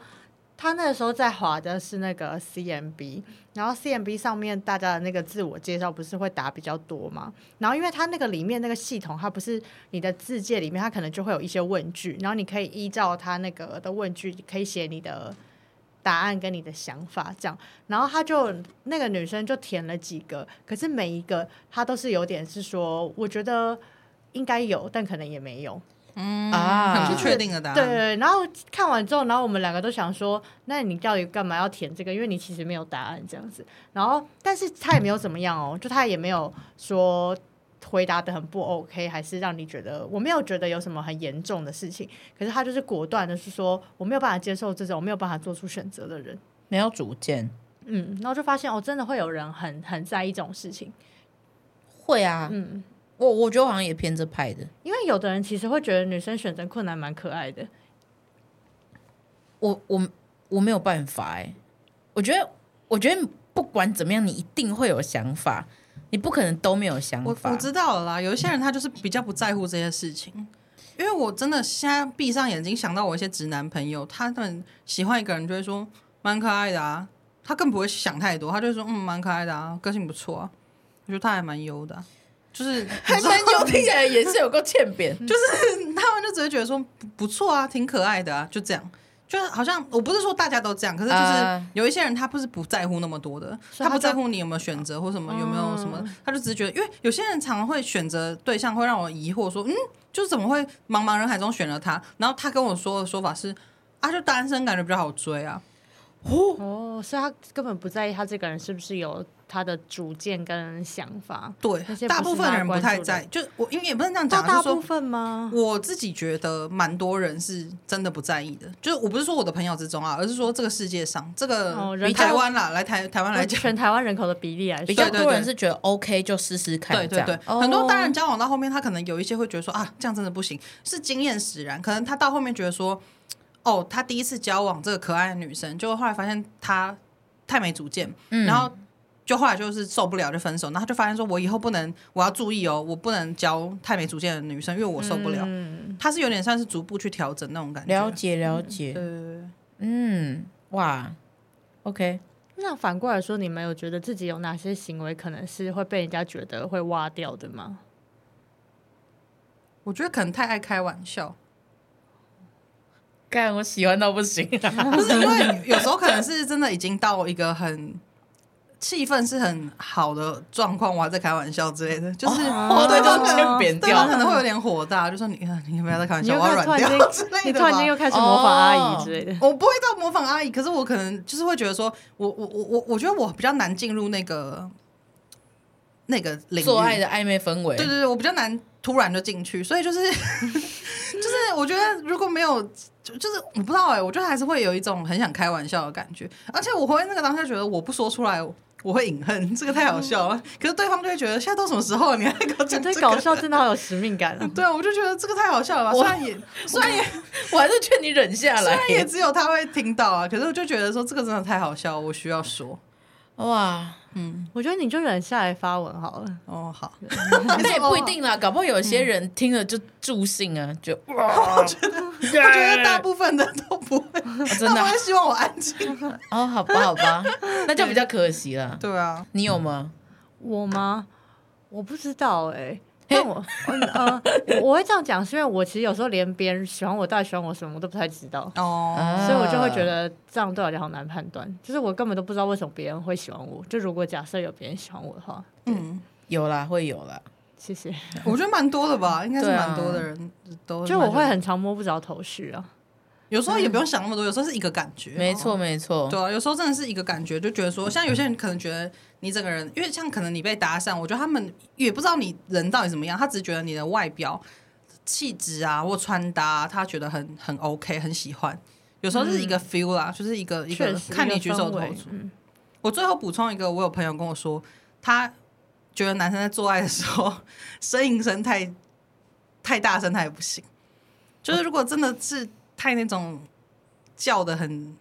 S4: 他那个时候在滑的是那个 CMB，然后 CMB 上面大家的那个自我介绍不是会打比较多嘛？然后因为它那个里面那个系统，它不是你的字界里面，它可能就会有一些问句，然后你可以依照它那个的问句，可以写你的答案跟你的想法这样。然后他就那个女生就填了几个，可是每一个她都是有点是说，我觉得应该有，但可能也没有。
S2: 嗯
S3: 啊
S2: 很不确定的答
S4: 对
S2: 案。
S4: 对，然后看完之后，然后我们两个都想说，那你到底干嘛要填这个？因为你其实没有答案这样子。然后，但是他也没有怎么样哦，就他也没有说回答的很不 OK，还是让你觉得我没有觉得有什么很严重的事情。可是他就是果断的是说，我没有办法接受这种没有办法做出选择的人。
S3: 没有主见，
S4: 嗯，然后就发现哦，真的会有人很很在意这种事情。
S3: 会啊，
S4: 嗯，
S3: 我我觉得我好像也偏这派的。
S4: 因为有的人其实会觉得女生选择困难蛮可爱的。
S3: 我我我没有办法哎、我觉得我觉得不管怎么样，你一定会有想法，你不可能都没有想
S2: 我
S3: 法。
S2: 我知道了啦，有一些人他就是比较不在乎这些事情，因为我真的现在闭上眼睛想到我一些直男朋友，他们喜欢一个人就会说蛮可爱的啊，他更不会想太多，他就会说嗯蛮可爱的啊，个性不错啊，我觉得他还蛮优的啊、 就是
S3: 还蛮有，听起来也是有够欠 扁，就
S2: 他们就只会觉得说不不错啊，挺可爱的啊，就这样。就是好像我不是说大家都这样，可是就是
S3: 啊
S2: 有一些人他不是不在乎那么多的，
S4: 呃所以
S2: 他
S4: 他
S2: 不
S4: 就哦
S2: 在乎你有没有选择或什么有没有什么，他就只是觉得，因为有些人常会选择对象会让我疑惑说，嗯，就是怎么会茫茫人海中选了他？然后他跟我说的说法是啊，就单身感觉比较好追啊，
S4: 哦哦，所以他根本不在意他这个人是不是有他的主见跟想法。那
S2: 对，
S4: 些
S2: 大
S4: 不
S2: 部
S4: 是
S2: 分
S4: 大家
S2: 人不
S4: 关
S2: 太
S4: 注的
S2: 在，就我因为也不能这样
S4: 到
S2: 讲，就
S4: 大
S2: 是说
S4: 部分
S3: 嗯
S4: 吗？
S2: 我自己觉得蛮多人是真的不在意的，就是我不是说我的朋友之中啊，而是说这个世界上这个、
S4: 哦人
S2: 台
S4: 口
S2: 湾啦，来台台湾来
S4: 按
S2: 讲，
S4: 全台湾人口的比例来
S3: 比
S4: 说，
S3: 较
S2: 对
S3: 多人是觉得 OK 就试试看，
S2: 对
S3: 这
S2: 对
S3: 样
S2: 对，
S3: 哦
S2: 很多当然交往到后面，他可能有一些会觉得说啊，这样真的不行，是经验使然。可能他到后面觉得说，哦，他第一次交往这个可爱的女生，结果后来发现她太没主见，
S3: 嗯
S2: 然后就后来就是受不了就分手，然后他就发现说我以后不能，我要注意哦，我不能交太没主见的女生，因为我受不了。
S4: 嗯
S2: 他是有点像是逐步去调整那种感觉。
S3: 了解了解，
S2: 呃，
S3: 嗯，哇，OK，
S4: 那反过来说，你们有觉得自己有哪些行为可能是会被人家觉得会挖掉的吗？
S2: 我觉得可能太爱开玩 笑，
S3: 干我喜欢到不行、啊
S2: 不是因为有时候可能是真的已经到一个很气氛是很好的状况，我还在开玩笑之类的，就是
S3: 哦，对，就先扁
S2: 啊对啊方
S3: 掉
S2: 可。能会有点火大，就说你啊你不要再开玩
S4: 你
S2: 笑，
S4: 又
S2: 我要
S4: 突
S2: 软
S4: 然
S2: 掉
S4: 间
S2: 之，类
S4: 你
S2: 的
S4: 突然间
S2: 吧。
S4: 又开始模仿阿
S3: 哦
S4: 姨之类的，
S2: 我不会到模仿阿姨，可是我可能就是会觉得说，我我我我我觉得我比较难进入那个那个领域，
S3: 做爱的暧昧氛围，
S2: 啊对对对，我比较难突然就进去，所以就是 就是我觉得如果没有就就是我不知道哎、我觉得还是会有一种很想开玩笑的感觉，而且我会那个当下觉得我不说出来。我会隐恨，这个太好笑
S3: 嗯
S2: 了。可是对方就会觉得现在都什么时候了，你还在搞 这
S4: 你
S2: 个？
S4: 对 搞笑真的好有使命 感啊！
S2: 对啊，我就觉得这个太好笑了吧。虽然也虽然也
S3: 我还是劝你忍下
S2: 虽
S3: 来。
S2: 然也只有他会听到啊，可是我就觉得说这个真的太好笑，我需要说。
S3: 哇，
S4: 我觉得你就忍下来发文好了。
S2: 哦，好，
S3: 那也不一定啦，搞不好有些人听了就助兴啊， 就
S2: 我觉得大部分的都不会，
S3: 真的
S2: 他
S3: 啊
S2: 们会希望我安静。
S3: 哦，好吧，好吧，那就比较可惜了。
S2: 对啊，
S3: 你有吗？
S4: 我 吗？我不知道哎、但我嗯呃，我我会这样讲，是因为我其实有时候连别人喜欢我到底喜欢我什么，我都不太知道，
S2: 哦，
S3: 啊
S4: 所以我就会觉得这样对我来讲好难判断。就是我根本都不知道为什么别人会喜欢我。就如果假设有别人喜欢我的话，
S2: 嗯。
S3: 有啦，会有啦。
S4: 谢谢。
S2: 我觉得蛮多的吧，应该是
S3: 对啊
S2: 蛮多的人都。
S4: 就我会，很常摸不着头绪啊。
S2: 有时候也不用想那么多，有时候是一个感觉。
S3: 没错，没错。
S2: 对啊，有时候真的是一个感觉，就觉得
S4: 嗯
S2: 说，像有些人可能觉得你整个人，因为像可能你被搭讪，我觉得他们也不知道你人到底怎么样，他只是觉得你的外表、气质啊或穿搭啊、他觉得很很 OK，很喜欢。有时候是一个 feel 啦，就是一个一
S4: 嗯确
S2: 个
S4: 实，
S2: 看
S4: 一
S2: 你
S4: 个
S2: 举
S4: 氛
S2: 手投
S4: 围
S2: 足。
S4: 嗯
S2: 我最后补充一个，我有朋友跟我说，他觉得男生在做爱的时候呻吟声太太大声，他也不行。就是如果真的是太那种叫的很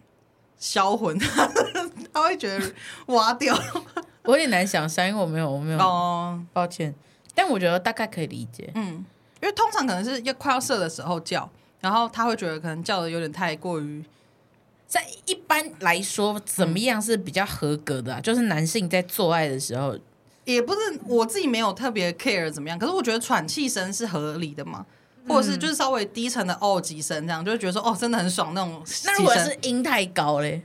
S2: 销魂，他会觉得挖掉。
S3: 我有点难想象，因为我没有，我没有，
S2: 哦，
S3: 抱歉。但我觉得大概可以理解。
S2: 嗯，因为通常可能是要快要射的时候叫，然后他会觉得可能叫的有点太过于
S3: 在一般来说，怎么样是比较合格的、啊？就是男性在做爱的时候，
S2: 也不是我自己没有特别 care 怎么样，可是我觉得喘气声是合理的嘛，或
S4: 嗯
S2: 者是就是稍微低沉的哦几声这样，就会觉得说哦真的很爽那种气
S3: 那如果
S2: 声。
S3: 是音太高嘞，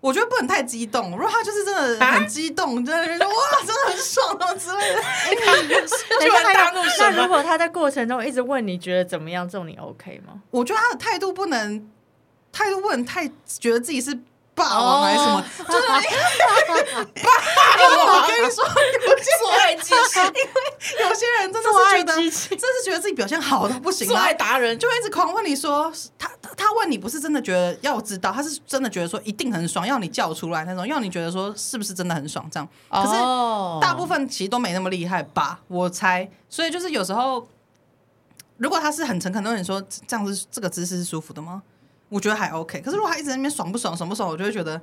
S2: 我觉得不能太激动，如果他就是真的
S3: 啊
S2: 很激动，真的就哇真的很爽那种之 类的，
S4: 等一下
S3: 大怒
S4: 那那如果他在过程中一直问你觉得怎么样，这种你 OK 吗？
S2: 我觉得他的态度不能态度不能太觉得自己是。霸王还是什么
S3: 哦
S2: 就是 霸 王。我跟你说，
S3: 做爱技 术，
S2: 有些人真的
S4: 做
S2: 是
S4: 爱
S2: 觉得，
S4: 机
S2: 真
S4: 器
S2: 是觉得自己表现好到不行，啊
S3: 做
S2: 然后
S3: 爱达人，
S2: 就会一直狂问你说，他他他问你不是真的觉得要知道，他是真的觉得说一定很爽，要你叫出来那种，要你觉得说是不是真的很爽这样。可是
S3: 哦
S2: 大部分其实都没那么厉害吧，我猜。所以就是有时候，如果他是很诚恳的问你说这样子这个姿势是舒服的吗？我觉得还 OK。可是如果他一直在那边爽不爽爽不爽，我就会觉得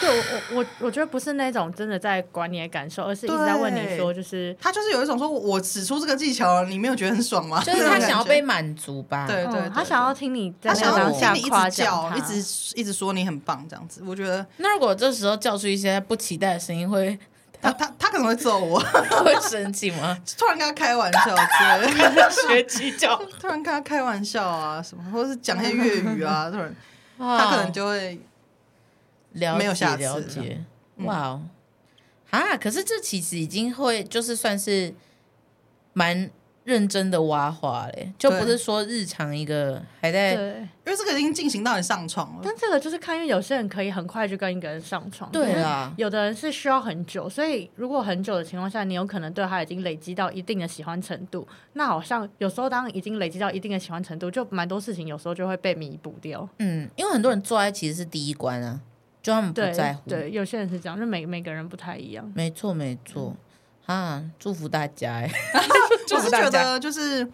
S4: 对我我我我觉得不是那种真的在管你的感受，而是一直在问你说，就是
S2: 他就是有一种说我我使出这个技巧了，你没有觉得很爽吗？
S3: 就
S2: 那
S3: 是他
S2: 种感觉
S3: 想要被满足吧。
S2: 对对对
S4: 嗯，他想要听你在那
S2: 他想
S4: 个
S2: 要
S4: 当
S2: 听
S4: 下
S2: 你一
S4: 夸
S2: 直
S4: 奖
S2: 叫，
S4: 他
S2: 一 直一直说你很棒这样子，我觉得
S3: 那如果这时候叫出一些不期待的声音，会
S2: 他他他可能会揍我。
S3: 会生气吗？
S2: 突然跟他开玩笑之类的，
S3: 学鸡叫，
S2: 突然跟他开玩笑啊什么，或者是讲一些粤语啊，突然
S3: 他
S2: 他可能就会
S3: 了解
S2: 没有下次嗯
S3: 了
S2: 这
S3: 解，哇哦，啊！可是这其实已经会就是算是蛮认真的挖话嘞，就
S2: 对
S3: 不是说日常一个还在
S4: 对，
S2: 因为这个已经进行到你上床了。
S4: 但这个就是看，因为有些人可以很快就跟一个人上床，
S3: 对
S4: 啊，
S3: 啦，
S4: 有的人是需要很久，所以如果很久的情况下，你有可能对他已经累积到一定的喜欢程度，那好像有时候当已经累积到一定的喜欢程度，就蛮多事情有时候就会被弥补掉。
S3: 嗯，因为很多人做爱其实是第一关啊，就他们不
S4: 对
S3: 在乎，
S4: 对，有些人是这样，就每每个人不太一样。
S3: 没错没
S4: 嗯
S3: 错啊，祝福大家 哎、祝
S2: 我
S3: 福
S2: 是
S3: 大
S2: 觉
S3: 家，
S2: 得就是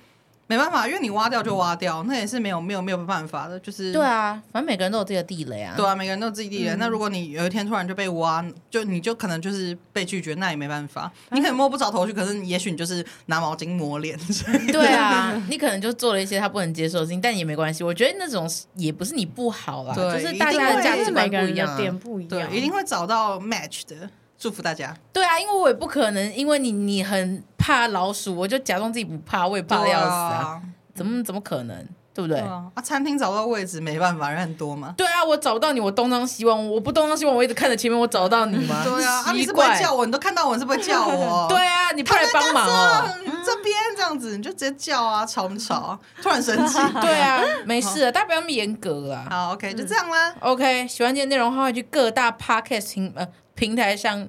S2: 没办法，因为你挖掉就挖掉，那也是没有没有没有办法的，就是
S3: 对啊，反正每个人都有自己的地雷啊，
S2: 对啊，每个人都有自己地雷。那如果你有一天突然就被挖，就你就可能就是被拒绝，那也没办
S3: 啊
S2: 法，你可能摸不着头绪，可是你也许你就是拿毛巾抹脸，所以
S3: 对 啊，你可能就做了一些他不能接受的事情，但也没关系。我觉得那种也不是你不好啦，
S2: 对
S3: 就是大家的价值观
S4: 每
S3: 不
S4: 个人
S3: 一样、
S4: 的点
S3: 啊。
S4: 不一
S2: 对
S4: 样，，
S2: 一定会找到 match 的。祝福大家，
S3: 对啊，因为我也不可能，因为你你很怕老鼠，我就假装自己不怕，我也怕的要死啊，
S2: 啊！
S3: 怎么怎么可能，对不
S2: 对
S3: 对？
S2: 啊，啊餐厅找不到位置没办法，人很多嘛。
S3: 对啊，我找不到你，我东张西望，我不东张西望，我一直看着前面，我找到你吗？
S2: 对啊，啊你
S3: 奇
S2: 是不会
S3: 怪。
S2: 叫我，你都看到我，你是不会叫我。
S3: 对啊，你快来帮忙
S2: 啊，
S3: 哦！
S2: 你这边这样子，你就直接叫啊，吵不吵啊？突然生气。
S3: 对 啊，没事的，大家不要那么严格啊。
S2: 好，OK，就这样啦。
S3: OK，喜欢今天内容的话，去各大 Podcast 平呃平台上。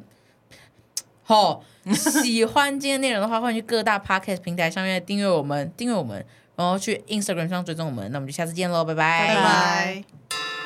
S3: 吼、喜欢今天内容的话，欢迎去各大 Podcast 平台上面订阅我们，订阅我们，然后去 Instagram 上追踪我们。那我们就下次见喽，拜
S2: 拜
S4: 拜
S2: 拜。